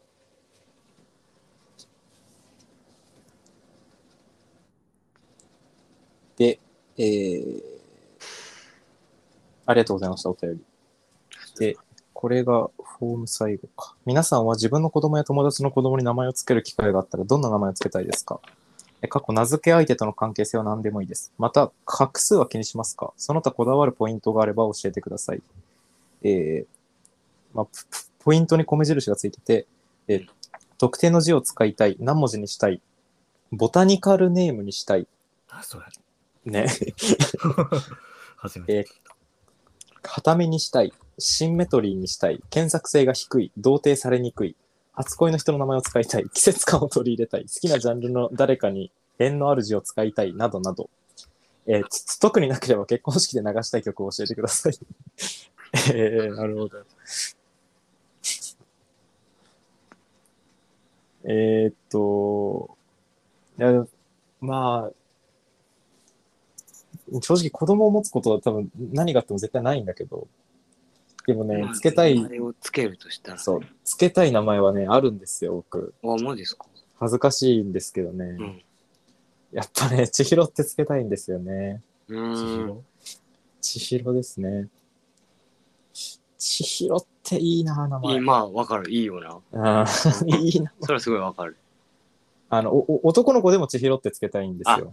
で、えー、ありがとうございました、お便り。で、これがフォーム最後か。皆さんは自分の子供や友達の子供に名前を付ける機会があったらどんな名前を付けたいですかえ過去名付け相手との関係性は何でもいいです。また、画数は気にしますかその他こだわるポイントがあれば教えてください。えーまあ、ポポイントに米印がついてて、えー特定の字を使いたい、何文字にしたい、ボタニカルネームにしたい、 (laughs) あ、それ。 (laughs) ね、初めて聞いた。固めにしたい、シンメトリーにしたい、検索性が低い、同定されにくい、初恋の人の名前を使いたい、季節感を取り入れたい、好きなジャンルの誰かに縁のある字を使いたい、などなど。えーつつ特になければ結婚式で流したい曲を教えてください。 (laughs) えー、なるほど。えーっと、いや、まあ、正直子供を持つことは多分何があっても絶対ないんだけど、でもね、つけたいあ、れをつけるとしたら。そう、つけたい名前はね、あるんですよ、僕。あ、マジですか。恥ずかしいんですけどね。んやっぱね、千尋ってつけたいんですよね。うーん。千尋ですね。千尋っていいな、名い前。いまあ、わかる。いいよな。あーいいな。それはすごいわか (laughs) る。あの、おお男の子でも千尋ってつけたいんですよ。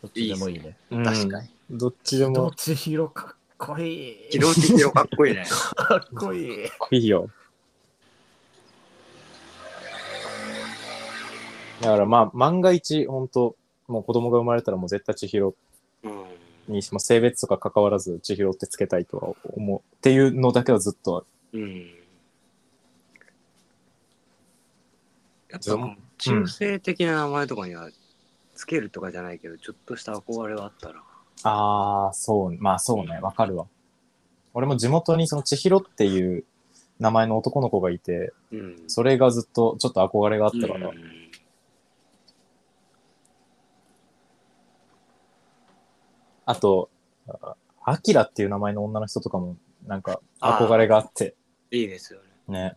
どっちでもいいね。うん確かに。どっちでもどかっち広かっこいい。機動的よ、かっこいいね。かっこいい。っこいいよ。だからまあ、万が一、本当もう子供が生まれたらもう絶対千尋うん。に、まあ、性別とか関わらず千尋ってつけたいとは思う。っていうのだけはずっとある。うん。やっでもぱ、中性的な名前とかには、つけるとかじゃないけど、ちょっとした憧れはあったな。ああ、そう、まあそうね、わかるわ。俺も地元にその千尋っていう名前の男の子がいて、うん。それがずっとちょっと憧れがあったから、うんあと、あアキラっていう名前の女の人とかもなんか憧れがあって、いいですよね。ね。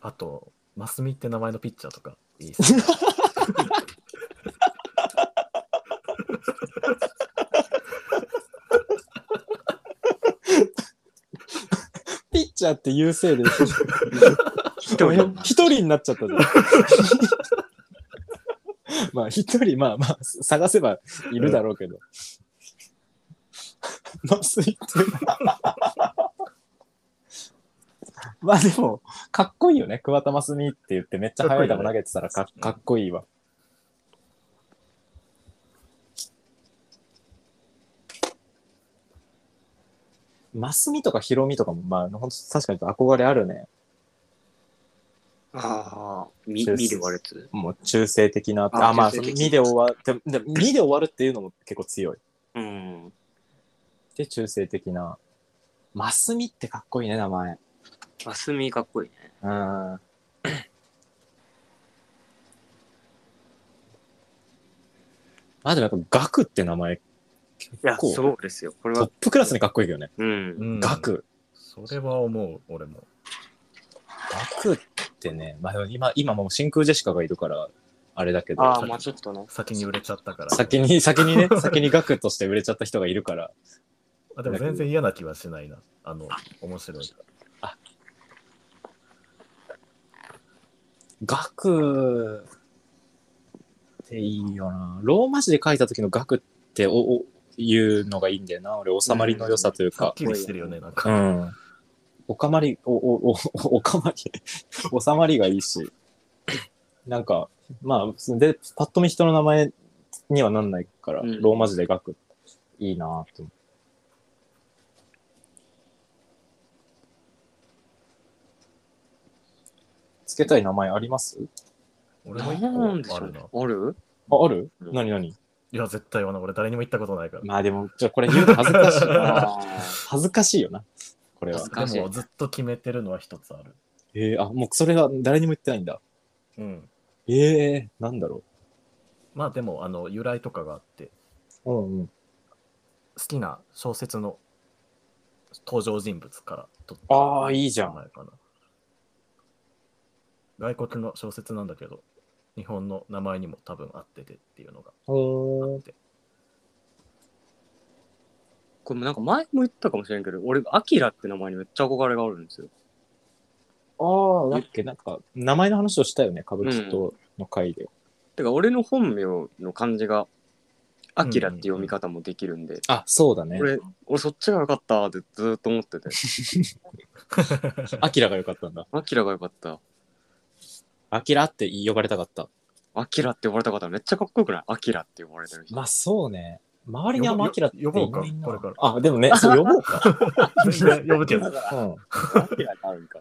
あと、マスミって名前のピッチャーとか、いいっすね。ピッチャーって優勢で、一ごめん人一人になっちゃったじゃん。まあ一人、まあまあ、探せばいるだろうけど。まあ、スイッチ。まあでも、かっこいいよね。桑田真澄って言って、めっちゃ速い球投げてたらかかっこいいわ。真澄とかヒロミとかも、まあ、ほんと確かに憧れあるね。ああ、みそう見るわれつ。もう中性的な、ああまあ、中性的2で終わって、で2で終わるっていうのも結構強い。うん。で、中性的な。マスミってかっこいいね、名前。マスミかっこいいね。うん。 (clears throat) あ、でもやっぱ、ガクって名前、いや、こうそうですよ。これトはッ。プクラスにかっこいいよね。うん。うんガク。それは思う、俺も。ガクってね、まあでも今、今もう真空ジェシカがいるから、あれだけど、ああ、まあちょっとね。先に売れちゃったから。先に、先に (laughs) ね、先にガクとして売れちゃった人がいるから、あでも全然嫌な気はしないな。あの、面白い。学っていいよな。ローマ字で書いた時の学っておおいうのがいいんだよな。俺、収まりの良さというはっか。きりしてるよね、なんうか。ん。 (laughs) おかまり、お、お、お、おかまり、収まりがいいし。なんか、まあ普通で、パッと見人の名前にはなんないから、うんローマ字で学いいなと思う。つけたい名前あります俺もな一んで個しあょうるなね。。あるあ、あるうん何何いや、絶対言わない。俺、誰にも言ったことないから。まあでも、ちょこれ言うの恥ずかしいな。 (laughs) 恥ずかしいよな。これは恥ず。かしいでも、ずっと決めてるのは一つある。えー、あ、もうそれは誰にも言ってないんだ。うん。ええー、なんだろまあ、でも、あの、由来とかがあって、う。うんうん。好きな小説の登場人物から取ったああ、いいじゃ名ん。前かな。外国の小説なんだけど、日本の名前にも多分合っててっていうのがあほっー (laughs) て。これもなんか前も言ったかもしれんけど、俺、アキラって名前にめっちゃ憧れがあるんですよ。ああ、だっけ、なんか、名前の話をしたよね、歌舞伎との回で。てか、俺の本名の漢字が、アキラって読み方もできるんで、あ、そうだね。俺、俺そっちが良かったってずーっと思ってて、アキラが良かったんだ。アキラが良かった。アキラって呼ばれたかった。アキラって呼ばれた方めっちゃかっこよくないアキラって呼ばれてる人。まあそうね。周りにあんまアキラっていない呼なぼうかこれからあ、でもね、そう呼ぼ (laughs) うか。全然呼ぶ (laughs) けど。うん。アキラがあるんか。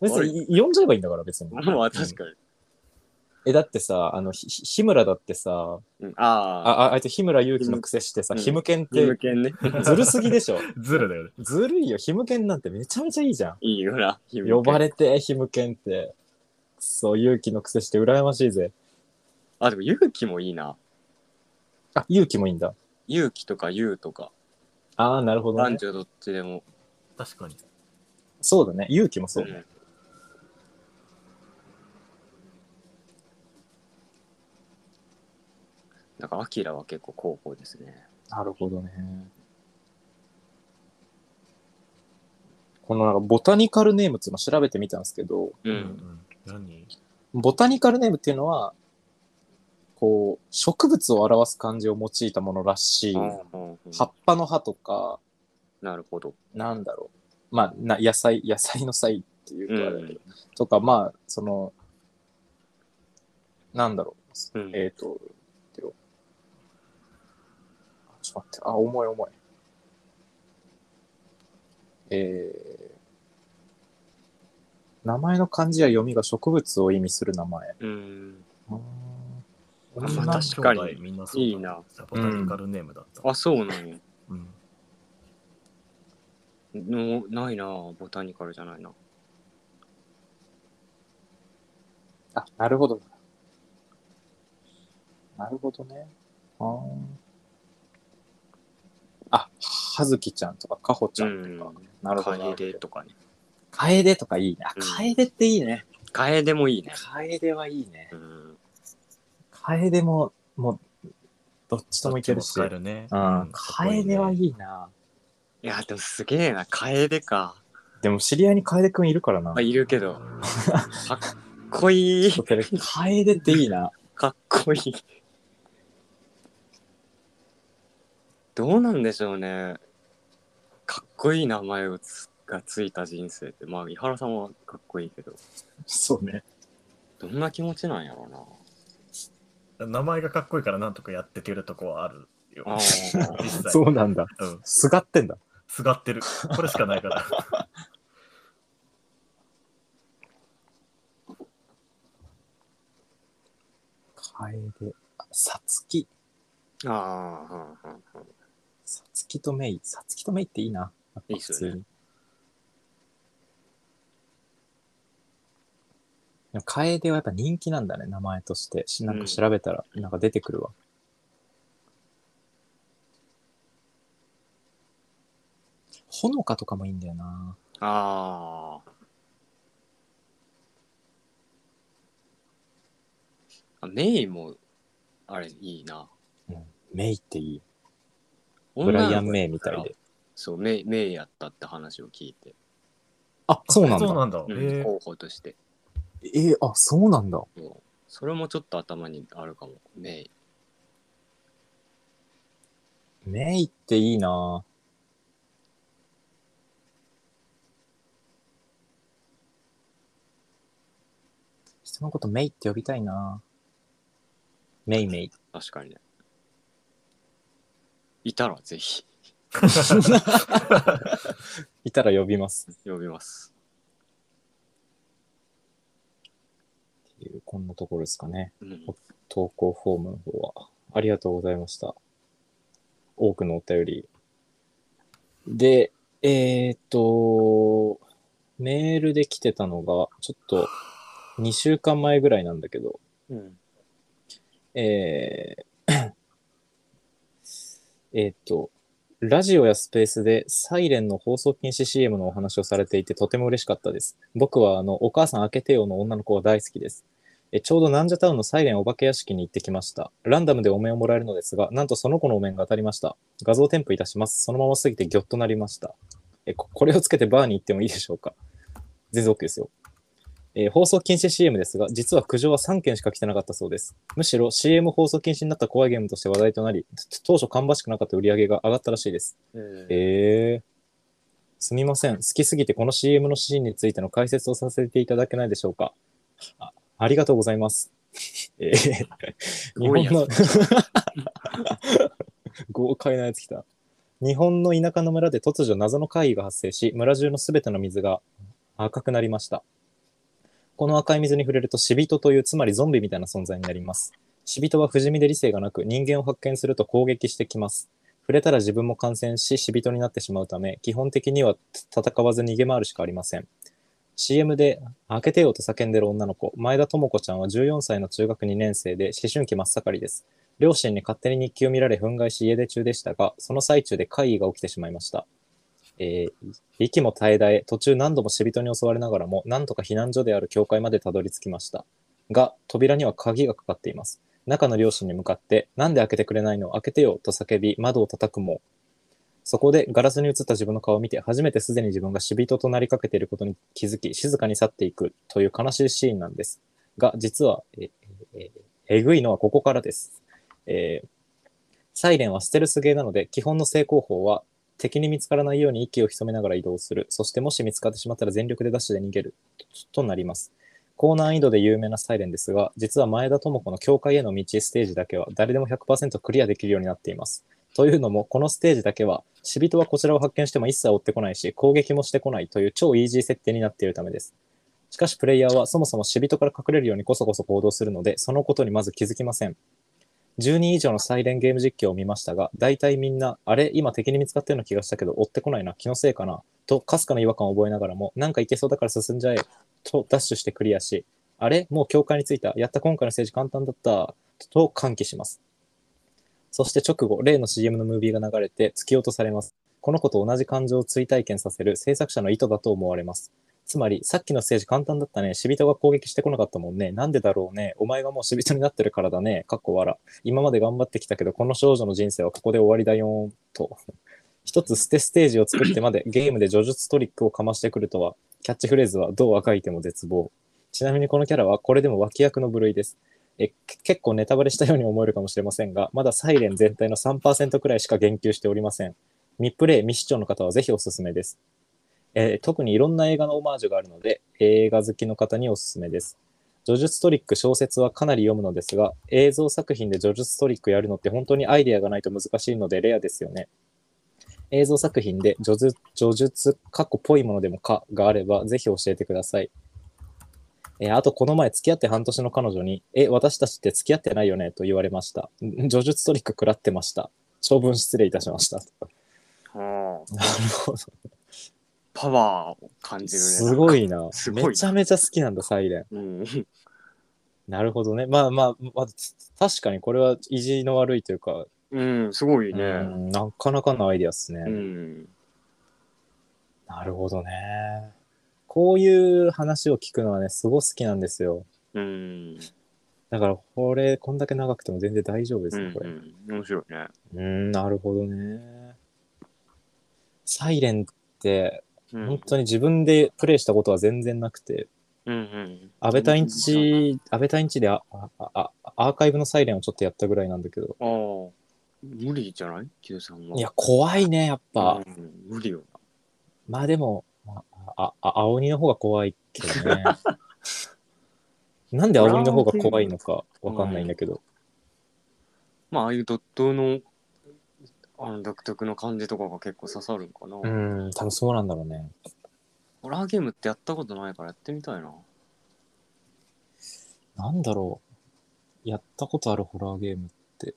別に呼んじゃえばいいんだから、別に。まあ確かに。え、だってさ、あの、ひひ日村だってさ、うん、ああ、あ、ああいつ日村勇紀の癖してさ、うんひむけんっ義務て犬ね。 (laughs) ずるすぎでしょ。ズルだよね。ずるいよ、ひむけんなんてめちゃめちゃいいじゃいいよな。ん。呼ばれ。れて、ひむけんって。そう、勇気の癖して羨ましいぜ。あ、でも勇気もいいな。あ、勇気もいいんだ。勇気とか勇とか、ああ、なるほど、男ね。女どっちでも。確かに。そうだね。勇気もそうね。んだから、アキラは結構高校ですね。なるほどね。このなんかボタニカルネームっていうのを調べてみたんですけど、う。うん何ボタニカルネームっていうのは、こう、植物を表す漢字を用いたものらしい。うん葉っぱの葉とか、なるほど。なんだろう。まあ、な野菜、野菜の菜っていうとあれだけど、うとか、まあ、その、なんだろう。うんえっ、と、待ってよあちょっと待って、あ、重い重い。えー、名前の漢字や読みが植物を意味する名前。うん。まああ確かにみんなそうだいいな。サボタニカルネームだった。あ、そうなんや。 (laughs) うんのないなボタニカルじゃないな。あ、なるほど。なるほどね。あーあ、はずきちゃんとか、かほちゃんとか。うんなるほどなるほど。楓とかね。かえでとかいいね。あうん楓っていいね。楓もいいね。楓はいいね。うん。楓も、もう、どっちともいけるし。使えるね。うん。かっこいいね楓はいいな。いや、でもすげえな。楓か。でも知り合いに楓くんいるからなまあ、。いるけ (laughs) ど。かっこいいちょ。っと照れくさい楓っていいな。かっこいい。どうなんでしょうね。かっこいい名前をつがついた人生って、まあ、井原さんはかっこいいけど、 (laughs) そうね。どんな気持ちなんやろうな。名前がかっこいいからなんとかやってけるとこはあるよ。あ実際。そうなんだ。うん。すがってんだ。すがってる。これしかないから。楓。あさつき。あ、ああ、さつきとめい。さつきとめいっていいな。いいっすよね普通に。でも楓はやっぱ人気なんだね、名前として。しなんか調べたら、なんか出てくるわ。ほのかとかもいいんだよな。ああ。あ、メイも、あれ、いいな。メイっていい。ブ女ラのイ子アン・メイみたいで。そう、メイ、メイやったって話を聞いて、あ、そうなんそうだ。なんだ。うんへえ候補として。えー、あ、そうなんだ。そうそれもちょっと頭にあるかも。メイ。メイっていいな人のことメイって呼びたいなメイメイ。確かにね。いたらぜひいたら呼びますっ呼びます。ていう、こんなところですかね。うん、投稿フォームの方は。ありがとうございました。多くのお便り。で、えーっと、メールで来てたのが、ちょっと2週間前ぐらいなんだけど、うん。えーえーっと、ラジオやスペースでサイレンの放送禁止 CM のお話をされていてとても嬉しかったです。僕はあの、お母さん開けてよの女の子が大好きです。えちょうどナンジャタウンのサイレンお化け屋敷に行ってきました。ランダムでお面をもらえるのですが、なんとその子のお面が当たりました。画像添付いたします。そのまま過ぎてギョッとなりました。えここれをつけてバーに行ってもいいでしょうか全然 OK ですよ。えー放送禁止 CM ですが、実は苦情は3件しか来てなかったそうです。むしろ CM 放送禁止になった怖いゲームとして話題となり、つ当初芳しくなかった売り上げが上がったらしいです。えーすみません。好きすぎてこの CM のシーンについての解説をさせていただけないでしょうか。あありがとうございます。えー日ごい本やつの (laughs) 豪快なやつ来た。日本の田舎の村で突如謎の怪異が発生し、村中のすべての水が赤くなりました。この赤い水に触れると死人という、つまりゾンビみたいな存在になります。死人は不死身で理性がなく、人間を発見すると攻撃してきます。触れたら自分も感染し、死人になってしまうため、基本的には戦わず逃げ回るしかありません。CM で、開けてよと叫んでる女の子、前田智子ちゃんは14歳の中学2年生で、思春期真っ盛りです。両親に勝手に日記を見られ、憤慨し家出中でしたが、その最中で怪異が起きてしまいました。えー息も絶え絶え、途中何度も死人に襲われながらも、何とか避難所である教会までたどり着きました。が、扉には鍵がかかっています。中の両親に向かって、なんで開けてくれないの開けてよと叫び、窓を叩くも、そこでガラスに映った自分の顔を見て、初めてすでに自分が死人となりかけていることに気づき、静かに去っていくという悲しいシーンなんです。が、実は、えええぐいのはここからです。えーサイレンはステルスゲーなので、基本の成功法は、敵に見つからないように息を潜めながら移動する。そしてもし見つかってしまったら全力でダッシュで逃げる。ととなります。高難易度で有名なサイレンですが、実は前田智子の教会への道ステージだけは誰でも100%クリアできるようになっています。というのも、このステージだけは、死人はこちらを発見しても一切追ってこないし、攻撃もしてこないという超イージー設定になっているためです。しかしプレイヤーはそもそも死人から隠れるようにこそこそ行動するので、そのことにまず気づきません。10人以上のサイレンゲーム実況を見ましたが、大体みんな、あれ今敵に見つかったような気がしたけど、追ってこないな、気のせいかな、と、かすかな違和感を覚えながらも、なんかいけそうだから進んじゃえ、とダッシュしてクリアし、あれもう教会に着いた、やった今回の政治簡単だった、と歓喜します。そして直後、例の CM のムービーが流れて、突き落とされます。この子と同じ感情を追体験させる制作者の意図だと思われます。つまり、さっきのステージ簡単だったね。死人が攻撃してこなかったもんね。なんでだろうね。お前がもう死人になってるからだね。かっこ笑。今まで頑張ってきたけど、この少女の人生はここで終わりだよーんと。一つ捨てステージを作ってまでゲームで叙述トリックをかましてくるとは、キャッチフレーズはどう赤いても絶望。ちなみにこのキャラはこれでも脇役の部類です。えけ結構ネタバレしたように思えるかもしれませんが、まだサイレン全体の3%くらいしか言及しておりません。未プレイ未視聴の方はぜひおすすめです。えー特にいろんな映画のオマージュがあるので、映画好きの方におすすめです。叙述トリック小説はかなり読むのですが、映像作品で叙述トリックやるのって本当にアイデアがないと難しいのでレアですよね。映像作品で叙述、叙述過去っぽいものでもかがあれば、ぜひ教えてください。えーあと、この前付き合って半年の彼女に、え、私たちって付き合ってないよねと言われました。 (laughs) ん叙述トリック食らってました。長文失礼いたしました。はあなるほど。パワーを感じるね。すごいな。 (laughs) すごいなめちゃめちゃ好きなんだ、サイレン。うん。なるほどね。まあまあ、まあ、つ確かにこれは意地の悪いというか、うん、すごいね。うんなかなかのアイデアっすね。うん。なるほどね。こういう話を聞くのはね、すごい好きなんですよ。うん。だから、これ、こんだけ長くても全然大丈夫ですうね、んこれ。うん面白いね。うん、なるほどね。サイレンって、うん本当に自分でプレイしたことは全然なくて、うんうん。安倍隊員ち、安倍隊員ちでああああアーカイブのサイレンをちょっとやったぐらいなんだけど、ああ。無理じゃないキュさんは。いや、怖いね、やっぱ。うん、無理よまあでも、まあ、あ、あ青鬼の方が怖いけど (laughs) ね。なんで青鬼の方が怖いのかわかんないんだけど。な。まあ、ああいうドットの、あの、独特の感じとかが結構刺さるんかな。うん、多分そうなんだろうね。ホラーゲームってやったことないからやってみたいな。なんだろう。やったことあるホラーゲームって。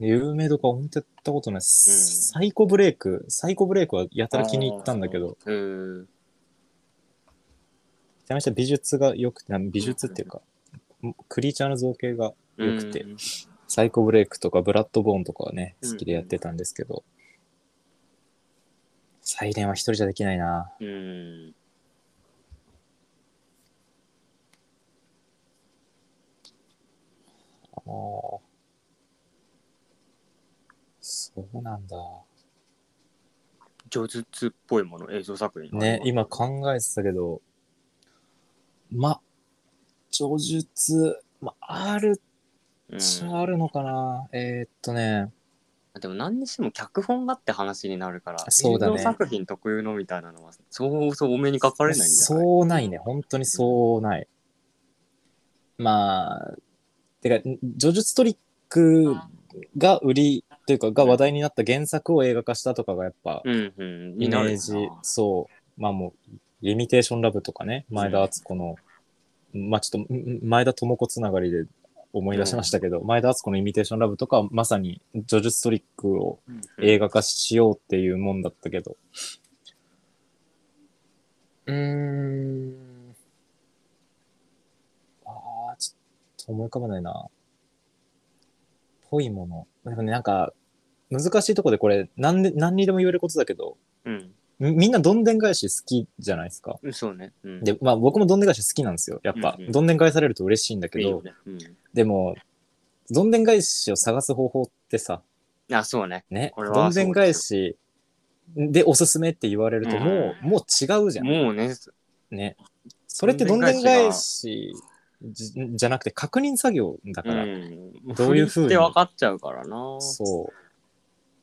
有名とか本当やったことないっす、うんサイコブレイク、サイコブレイクはやたら気に入ったんだけど、めうーん。ちゃめちゃ美術が良くて、な美術っていうか、クリーチャーの造形が良くて、うんサイコブレイクとかブラッドボーンとかはね、好きでやってたんですけど、サイレンは一人じゃできないな。うん。あーそうなんだ。叙述っぽいもの、映像作品。ね、今考えてたけど、ま、叙述、ま、あるうんっちゃあるのかな、えーっとね、でも何にしても脚本がって話になるから、そうだね映像作品特有のみたいなのは、そうそう多めに書かれないんじゃないそうないね、本当にそうない。まあ、てか、叙述トリックが売りというか、が話題になった原作を映画化したとかがやっぱ、うんうん。イメーになジるな、そう、まあもう、リミテーションラブとかね、前田敦子の、まあちょっと、んん前田智子つながりで思い出しましたけど、前田敦子のイミテーションラブとかはまさに叙述トリックをうんうん映画化しようっていうもんだったけど。うーん。ああ、ちょっと思い浮かばないな。ぽいもの。でもね、なんか、難しいとこでこれ、何で、何にでも言えることだけど、うん。みみんなどんでん返し好きじゃないですか。うんそうね。うん、で、まあ僕もどんでん返し好きなんですよ。やっぱ、うんうんどんでん返されると嬉しいんだけいいよど、ねうでも、どんでん返しを探す方法ってさ、ん、あ、そうね。ね、これはどんでん返しでおすすめって言われるともう、もう違うじゃん。もうね、ね。それってどんでん返しじじゃなくて確認作業だうから、ん、どういう振ふうにりって分かっちゃうからな。そう。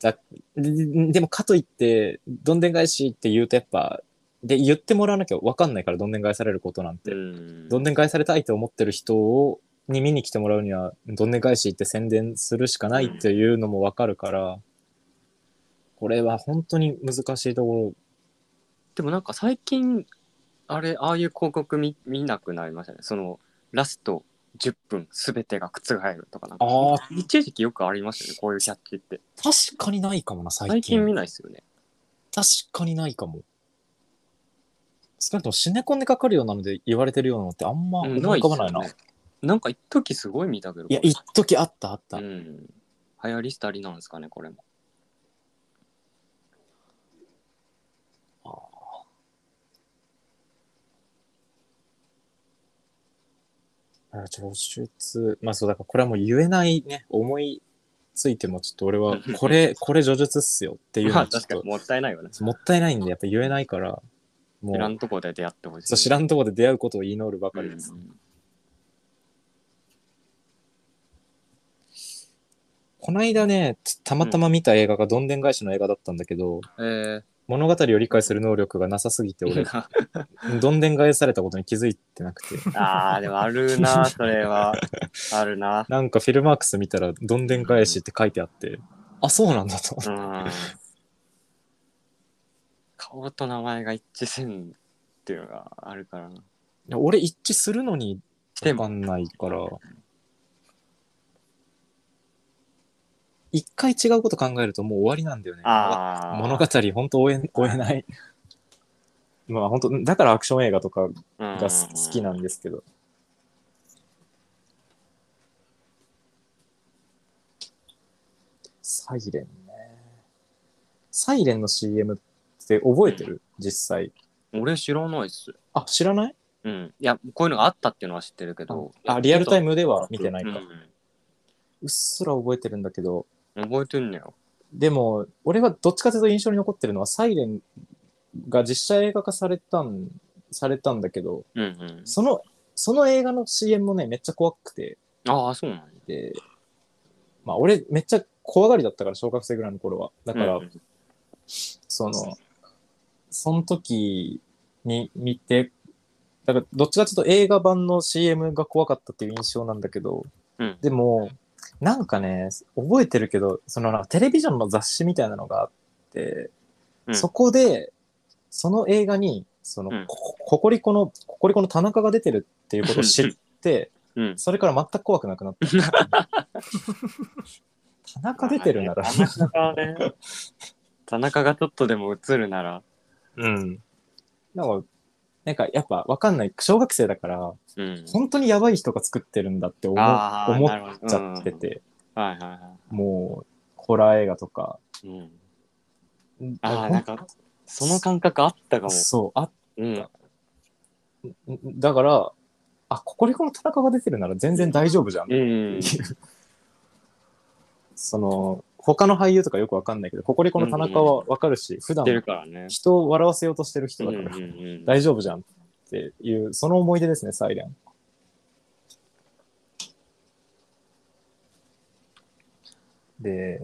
だででもかといって、どんでん返しって言うとやっぱ、で、言ってもらわなきゃ分かんないから、どんでん返されることなんて。んどんでん返されたいと思ってる人を、に見に来てもらうには、どんでん返しって宣伝するしかないっていうのもわかるから、これは本当に難しいとこでもなんか最近、あれ、ああいう広告見見なくなりましたね。その、ラスト10分全てが覆るとかなんか、ろ。ああ、一時期よくありましたよね、こういうキャッチって。確かにないかもな、最最近近。見ないですよね。確かにないかも。少なくともシネコンでかかるようなので言われてるようなのってあんまう思んい浮かばないな。っすよねなんか一時すごい見たけど。いや、一時あったあった。うん。流行りしたりなんですかね、これも。あ叙述、まあそう、だからこれはもう言えないね、思いついてもちょっと俺は、こ (laughs) れ、これ叙述っすよっていうのまあはちょっ確かとに、もったいないよね。もったいないんで、やっぱ言えないから、も知らう、んとこで出会ってほしい。そう知らんとこで出会うことを祈るばかりです。うんこないだね、つたまたま見た映画がどんでん返しの映画だったんだけど、え物語を理解する能力がなさすぎ (laughs) て、俺、ー、どんでん返されたことに気づいてなく (laughs) て、ああ、でもある (laughs) な、それは。あるな。なんかフィルマークス見たら、どんでん返しって書いてあって、あ、そうなんだと。うん。顔と名前が一致せんっていうのがあるからな。いや俺一致するのに、でわも、かんないから。一回違うこと考えるともう終わりなんだよね。ああ、物語、本当追え追えない。まあ本当、だからアクション映画とかががす好きなんですけど。サイレンね。サイレンの CM って覚えてる実際。俺知らないっす。あ、知らないうん。いや、こういうのがあったっていうのは知ってるけど。あ、リアルタイムムでは見てないか。ううっすら覚えてるんだけど、ん、覚えてんねよ。でも、俺はどっちかというと印象に残ってるのは、サイレンが実写映画化されたん、されたんだけど、うんうん。その、その映画の CM もね、めっちゃ怖くて、ああ、そうなんや。で、まあ俺めっちゃ怖がりだったから、小学生ぐらいの頃は。だから、うんうんその、その時に見て、だからどっちかというと映画版の CM が怖かったっていう印象なんだけど、うんでも、なんかね、覚えてるけど、そのなんかテレビジョンの雑誌みたいなのがあって、うんそこで、その映画に、その、うんこココリコの、ココリコの田中が出てるっていうことを知って、うんそれから全く怖くなくなった。田中出てるなら。田中はね、田中がちょっとでも映るなら、うん。なんか、なんかやっぱわかんない。小学生だから、うん。本当にやばい人が作ってるんだって思あー思なるほどっちゃってて、はいはいはもう、ホラー映画とか。い。うん、ああ、なんか、その感覚あったかも。そう、あうん。だから、あ、ココリコの田中が出てるなら全然大丈夫じゃん。うん。その、他の俳優とかよくわかんないけど、ココリコの田中はわかるし、普知段ってるからね。人を笑わせようとしてる人うんだうかんら、うん。大丈夫じゃんっていう、その思い出ですね、サイレン。で、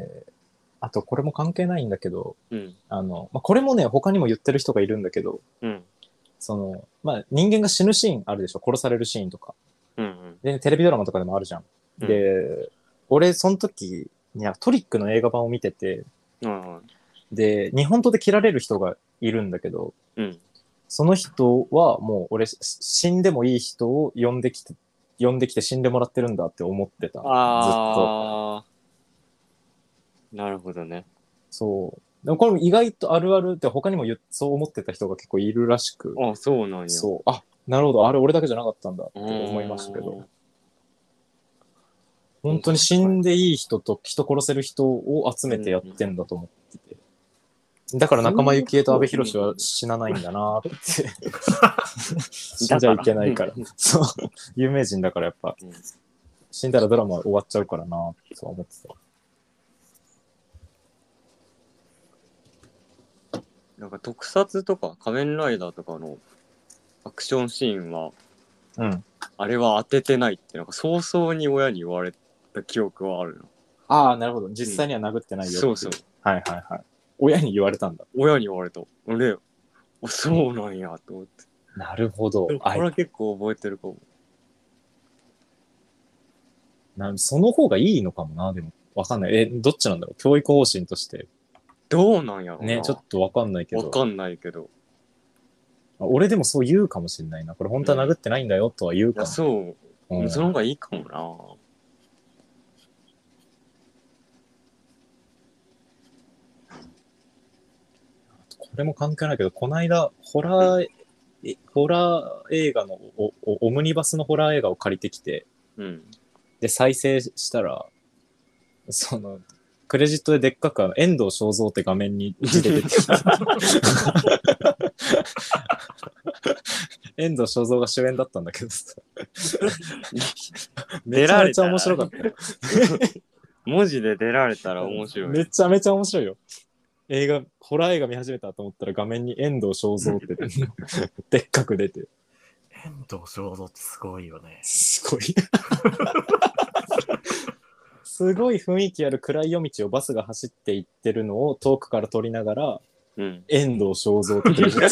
あとこれも関係ないんだけど、うん。あの、まあ、これもね、他にも言ってる人がいるんだけど、うん。その、まあ、人間が死ぬシーンあるでしょ、殺されるシーンとか。うん。で、テレビドラマとかでもあるじゃん。うんで、俺、その時、いや、トリックの映画版を見てて、うん。で、日本刀で切られる人がいるんだけど、うん。その人はもう俺、し死んでもいい人を呼んできて、呼んできて死んでもらってるんだって思ってた。ずっと。ああ。なるほどね。そう。でもこれも意外とあるあるって他にも言っそう思ってた人が結構いるらしく、あそうなんや。そう。あ、なるほど。あれ俺だけじゃなかったんだってうん思いましたけど。。本当に死んでいい人と人殺せる人を集めてやってんだと思ってて。だから仲間由紀恵と阿部寛は死なないんだなー (laughs) って。死んじゃいけないから。そう。有名人だからやっぱうん、死んだらドラマ終わっちゃうからなーって思ってた。なんか特撮とか仮面ライダーとかのアクションシーンは、うん。あれは当ててないって、なんか早々に親に言われた記憶はあるああ、なるほど。実際には殴ってなな。いよっていそうそう。。はいはいはい。親に言われたんだ。親に言われた。俺、あそうなんやと思って。なるほどでもこあれは結構覚えてるかも。なその方がいいのかもな、でも。わかんない。え、どっちなんだろう教育方針として。どうなんやろうな。ね、ちょっとわかんないけど。わかんないけど。あ俺でもそう言うかもしれないな。これ本当は殴ってないんだよとは言ういかや、も。そう。うんその方がいいかもこれも関係ないけど、この間、ホラー、えホラー映画のおお、オムニバスのホラー映画を借りてきて、な。うん。で、再生したら、その、クレジットででっかくあの、遠藤正造って画面に字で出て (laughs) きた。遠藤正造が主演だったんだけどさ。(laughs) め出ちゃらめれちゃたら面白かったよ。文字で出られたら面白めい。ちゃめちゃ面白いよ。映画、ホラー映画見始めたと思ったら画面に遠藤正造って、 (laughs) でっかく出て、変動肖像ってすごいよね。すごい。すごい雰囲気ある暗い夜道をバスが走っていってるのを遠くから撮りながら、 (laughs) うん。遠藤正造って出てく (laughs) る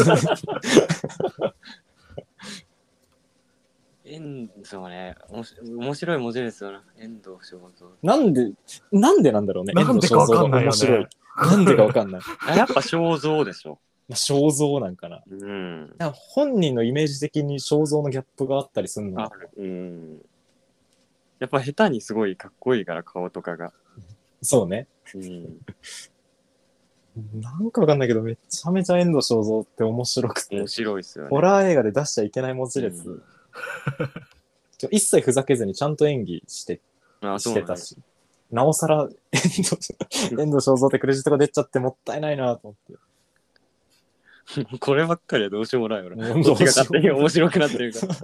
遠そうね。おもし面白い文字ですよね。遠藤正造。なんで、なんでなんだろうね、なんでかわかんないよ遠藤正ね。なんでかわかんない。まあやっぱ肖像でしょ。あ正造なんかな。うん。なんか本人のイメージ的に正造のギャップがあったりするのあかる。うん。やっぱ下手にすごいかっこいいから顔とかが。そうね。うん。なんかわかんないけど、めちゃめちゃ遠藤正造って面白くて面、白いっすよね。ホラー映画で出しちゃいけない文字列、う (laughs) ちょ一切ふざけずにちゃんと演技してあそしうなてんだたし、なおさら遠藤遠藤正造ってクレジットが出ちゃってもったいないなと思って。こればっかりはどうしようもないよな。うんこっちが勝手に面白くなってるから。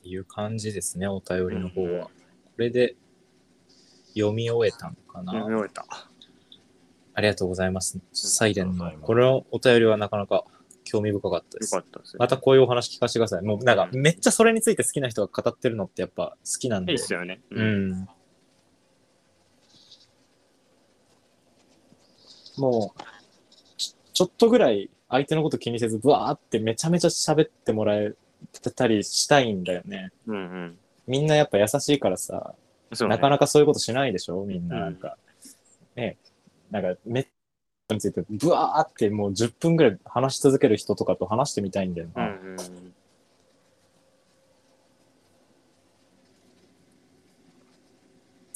っていう感じですね、お便りの方は。これで読み終えたのかな。読み終えた。ありがとうございます。サイレンあのりがとうござい。ますこれのお便りはなかなか興味深かったでよすか。ったですね。またこういうお話聞かせてください。もうなんか、めっちゃそれについて好きな人が語ってるのってやっぱ好きなんいで。いっすよね。う。ん。もう、ちちょっとぐらい相手のこと気にせず、ブワーってめちゃめちゃ喋ってもらえたりしたいんだよね。うんうん。みんなやっぱ優しいからさ、そうねなかなかそういうことしないでしょみんななんか。ねなんかめっについて、ブワーってもう10分ぐらい話し続ける人とかと話してみたいんだような。んうん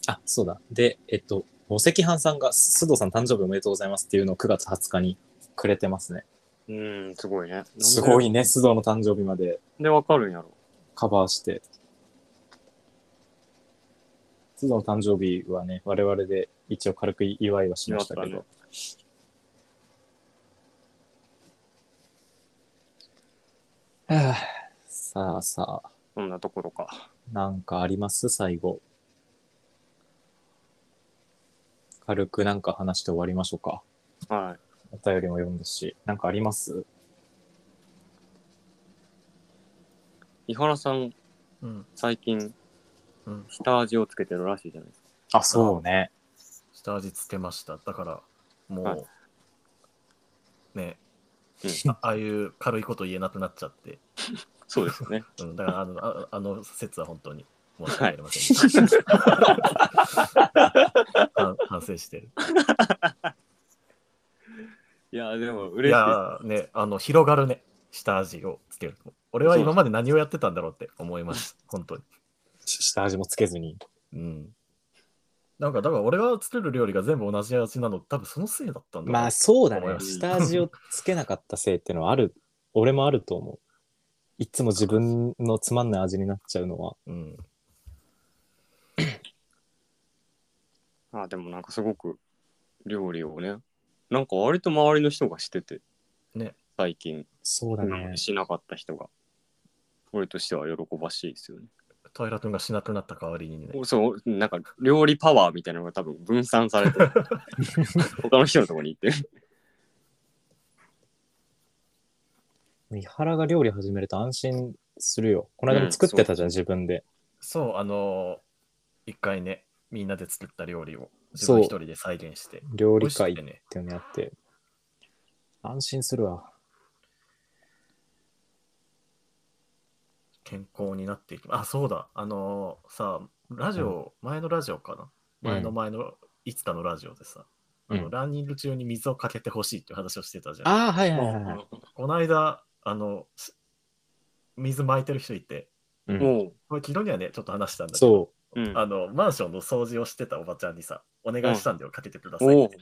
あ、そうだ。で、えっと、お赤飯さんが、須藤さん誕生日おめでとうございますっていうのを9月20日にくれてますね。うん、うんすごいね。すごい。いね、須藤の誕生日までで、わかるんやろ。カバーして。須藤の誕生日はね、我々で一応軽く祝いはしましたけ祝どっ。はあさあさあ、そんなところか。なんかあります最後。軽くなんか話して終わりましょうか。はお便りも読んだし、なんかありますい。井原さん、うん。最近、うん。下味をつけてるらしいじゃないですか。あ、そうね。下味つけました。だから、もう、はいね、うあああいう軽いこと言えなくなっちゃって、そうですよね。うん、だからあのあ、あの説は本当に申し訳ありませんでした。 (laughs) 反反省してる。 (laughs) いや、でもい嬉しい。やー、ね、あの、広がるね、下味をつける。俺は今まで何をやってたんだろうって思います。本当に。し下味もつけずに。うん。なんか、だから俺が作る料理が全部同じ味なの、多分そのせいだったんだろうまあそうだ思いね。ます下味をつけなかったせいっていうのはある、 (laughs) 俺もあると思う。いつも自分のつまんない味になっちゃうのは。うん。あでもなんかすごく料理をねなんか割と周りの人がしててね最近そうだね。しなかった人が俺としては喜ばしいですよね。平君がしなくなった代わりにね。そうなんか料理パワーみたいなのが多分分散されて他の人のところに行ってる。三原が料理始めると安心するよ。この間も作ってたじゃん、自分で。そう、あのー一回ね、みんなで作った料理を自そう分一人で再現して。料美理味しく会っててね。いうのやって。安心するわ。健康になっていきあ、そうだ。あのーさラジオ、前のラジオかな。前の前の、いつかのラジオでさ、あうのんランニング中に水をかけてほしいっていう話をしてたじゃん。ああ、はいはいはいはい。この間、あの、し水撒いてる人いて、うんもこれ昨日にはね、ちょっと話したんだけど、そう。う、うん、あの、マンションの掃除をしてたおばちゃんにさ、お願いしたんだよ、かけてくださいおっうて。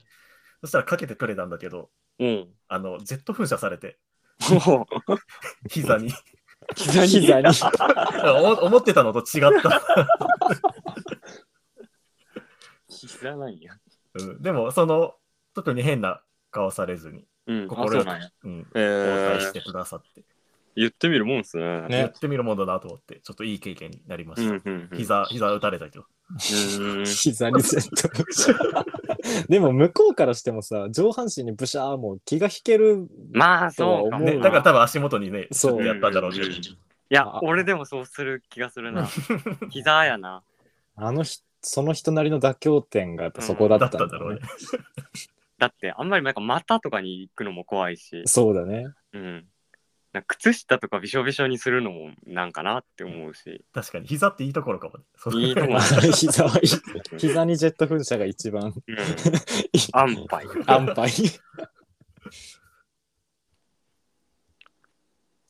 そしたらかけてくれたんだけど、うん。あの、ジェット噴射されて、もう膝に。 (laughs) 膝に膝に。お思ってたのと違った。膝なんや。うん、でも、その、特に変な顔されずに、うん、あ心そうよくなんや。うん、え応対しーて、くださって、言ってみるもんっすね。ねやってみるものだなと思って、ちょっといい経験になりまうしんた。うんうん、膝、膝打たれたけど。うん膝にセットでも向こうからしてもさ上半身にブシャーもう気が引けるまあそうかもうね、んだから多分足元にね、ちそょうっとやったんだろうけどうんうんうんいあや、俺でもそうする気がするな。膝やな。あのひその人なりの妥協点がやっぱそこだったんだったんだろうねだって、あんまりなんか股とかに行くのも怖いし、そう (laughs) だねうん。なんか靴下とかびしょびしょにするのもなんかなって思うし、確かに、膝っていいところかもね。そういいとこ膝はいい (laughs) 膝にジェット噴射が一 (laughs) 番うん。安牌。安牌 (laughs)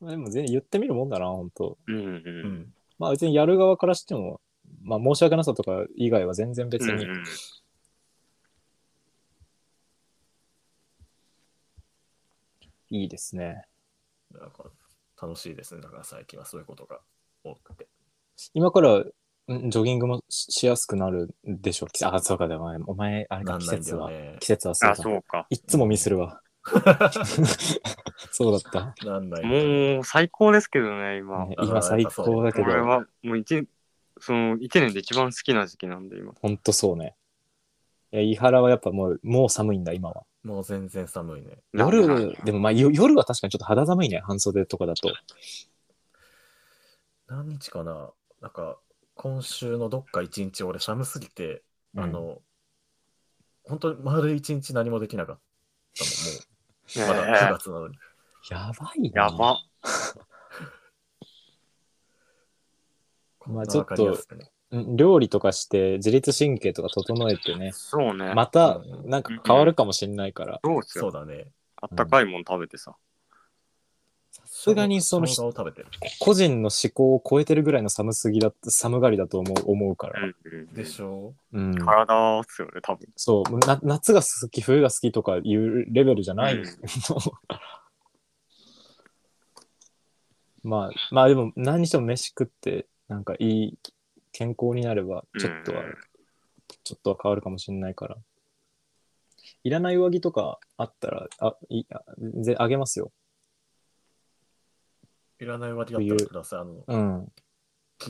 まあでも全然言ってみるもんだな本当うんう。うん (laughs) ん。まあ別にやる側からしてもまあ申し訳なさとか以外は全然別うんに、うん。いいですねなんか楽しいですね、だから最近はそういうことが多くて。今からんジョギングもししやすくなるでしょう。きあ、そうか、でもお前、お前、あれなか、ん季ないんだ節よは。ね季。節はそうあ、だ。そうか。いっつもミスるわ。 (laughs) (laughs) そうだった。なんないんだよね。もう最高ですけどね、今。ねあ今最高だけこどれ、はもう一、その一年で一番好きな時期なんで、今。ほんとそうね。いや、伊原はやっぱもう、もう寒いんだ、今は。もう全然寒いね。夜、でもまあ、よ夜は確かにちょっと肌寒いね、半袖とかだと。何日かななんか、今週のどっか一日、俺、寒すぎて、あの、本当に丸一日何もできなかったねもん。もう、まだ9月なのに。やばいな。やば。こんなまあちょっとわかりやすくねうん料理とかして自律神経とか整えてね、そうね。またなんか変わるかもしれないから、そうっすそよう。だね。あったかいもん食べてさ。さすがにその生姜を食べてる。個人の思考を超えてるぐらいの寒すぎだ、寒がりだと思う思うかうら。んうんでしょうん。体っすよね、多分。そう、もうな夏が好き、冬が好きとかいうレベルじゃない。うんまあ、まあでも、何にしても飯食って、なんかいい、健康になれば、ちょっとは、うんちょっとは変わるかもしれないから。いらない上着とかあったら、あ、いあぜあげますよ。う。いらない割りだったらください。あの、うん。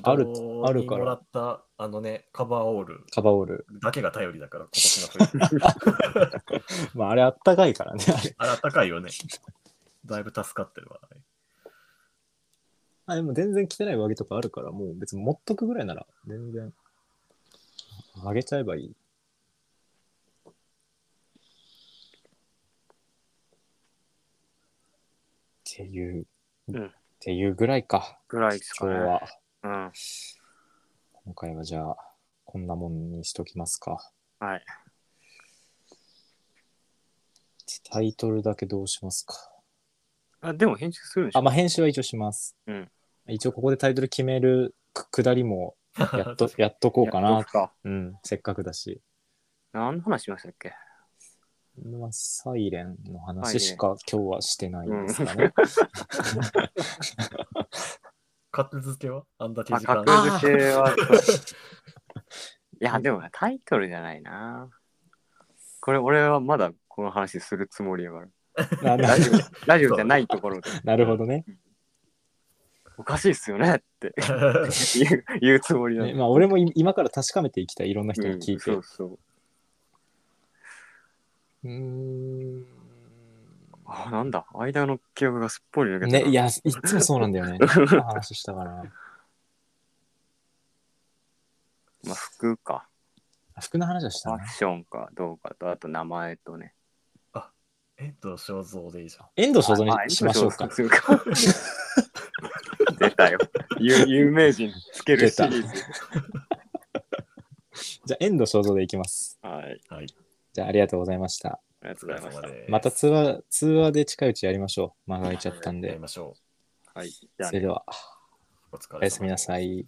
ああるるあるからもらった、あのね、カバーオールカバーオール。だけが頼りだから、今年の冬。まあ、あれあったかいからね。あれあらたかいよね。だいぶ助かってるわ。、あ、でも全然着てない上着とかあるから、もう別に持っとくぐらいなら、全然、あげちゃえばいい。っていう、うんっていうぐらいか、ぐらいですか今日ね。は。うん。今回はじゃあ、こんなもんにしときますか。はい。タイトルだけどうしますか。あ、でも編集するんでしあ、ょまあ、編集は一応します。うん一応ここでタイトル決めるくくだりも、(laughs) やっとやっとこうかやっなとく。かうん、せっかくだし。何の話しましたっけまあ、サイレンの話しか今日はしてないんですかね。格付けはあんだけあ、時間格付け (laughs) は。いや、でもタイトルじゃないな。これ、俺はまだこの話するつもりやから。な (laughs) ラな (laughs) ジオじゃラジオじゃないところで、なるほどね。おかしいっすよねって (laughs) 言う言うつもりなのね。まあ、俺もい今から確かめていきたい、いろんな人に聞いて。う、うそうんそう。ーん。あ、なんだ、間の記憶がすっぽり抜けたな。ね、いや、いつもそうなん (laughs) だよね。何の話したかな。まあ、服か、服の話はしフたァねッ。ションかどうかと、あと名前とね。えっと、肖像でいいじゃん。遠藤所蔵ああにしましょうか。そうか (laughs) 出たよ。有有名人つけるシリーズ。じゃあ、遠藤所蔵でいきます。はい。ありはい。じゃあ、ありがとうございました。がとうございました。ですまた通話、通話で近いうちやりましょう。間が空いちゃったんやりで。ましょはい。じゃあそれでは、う。お疲れ様おやすみなさい。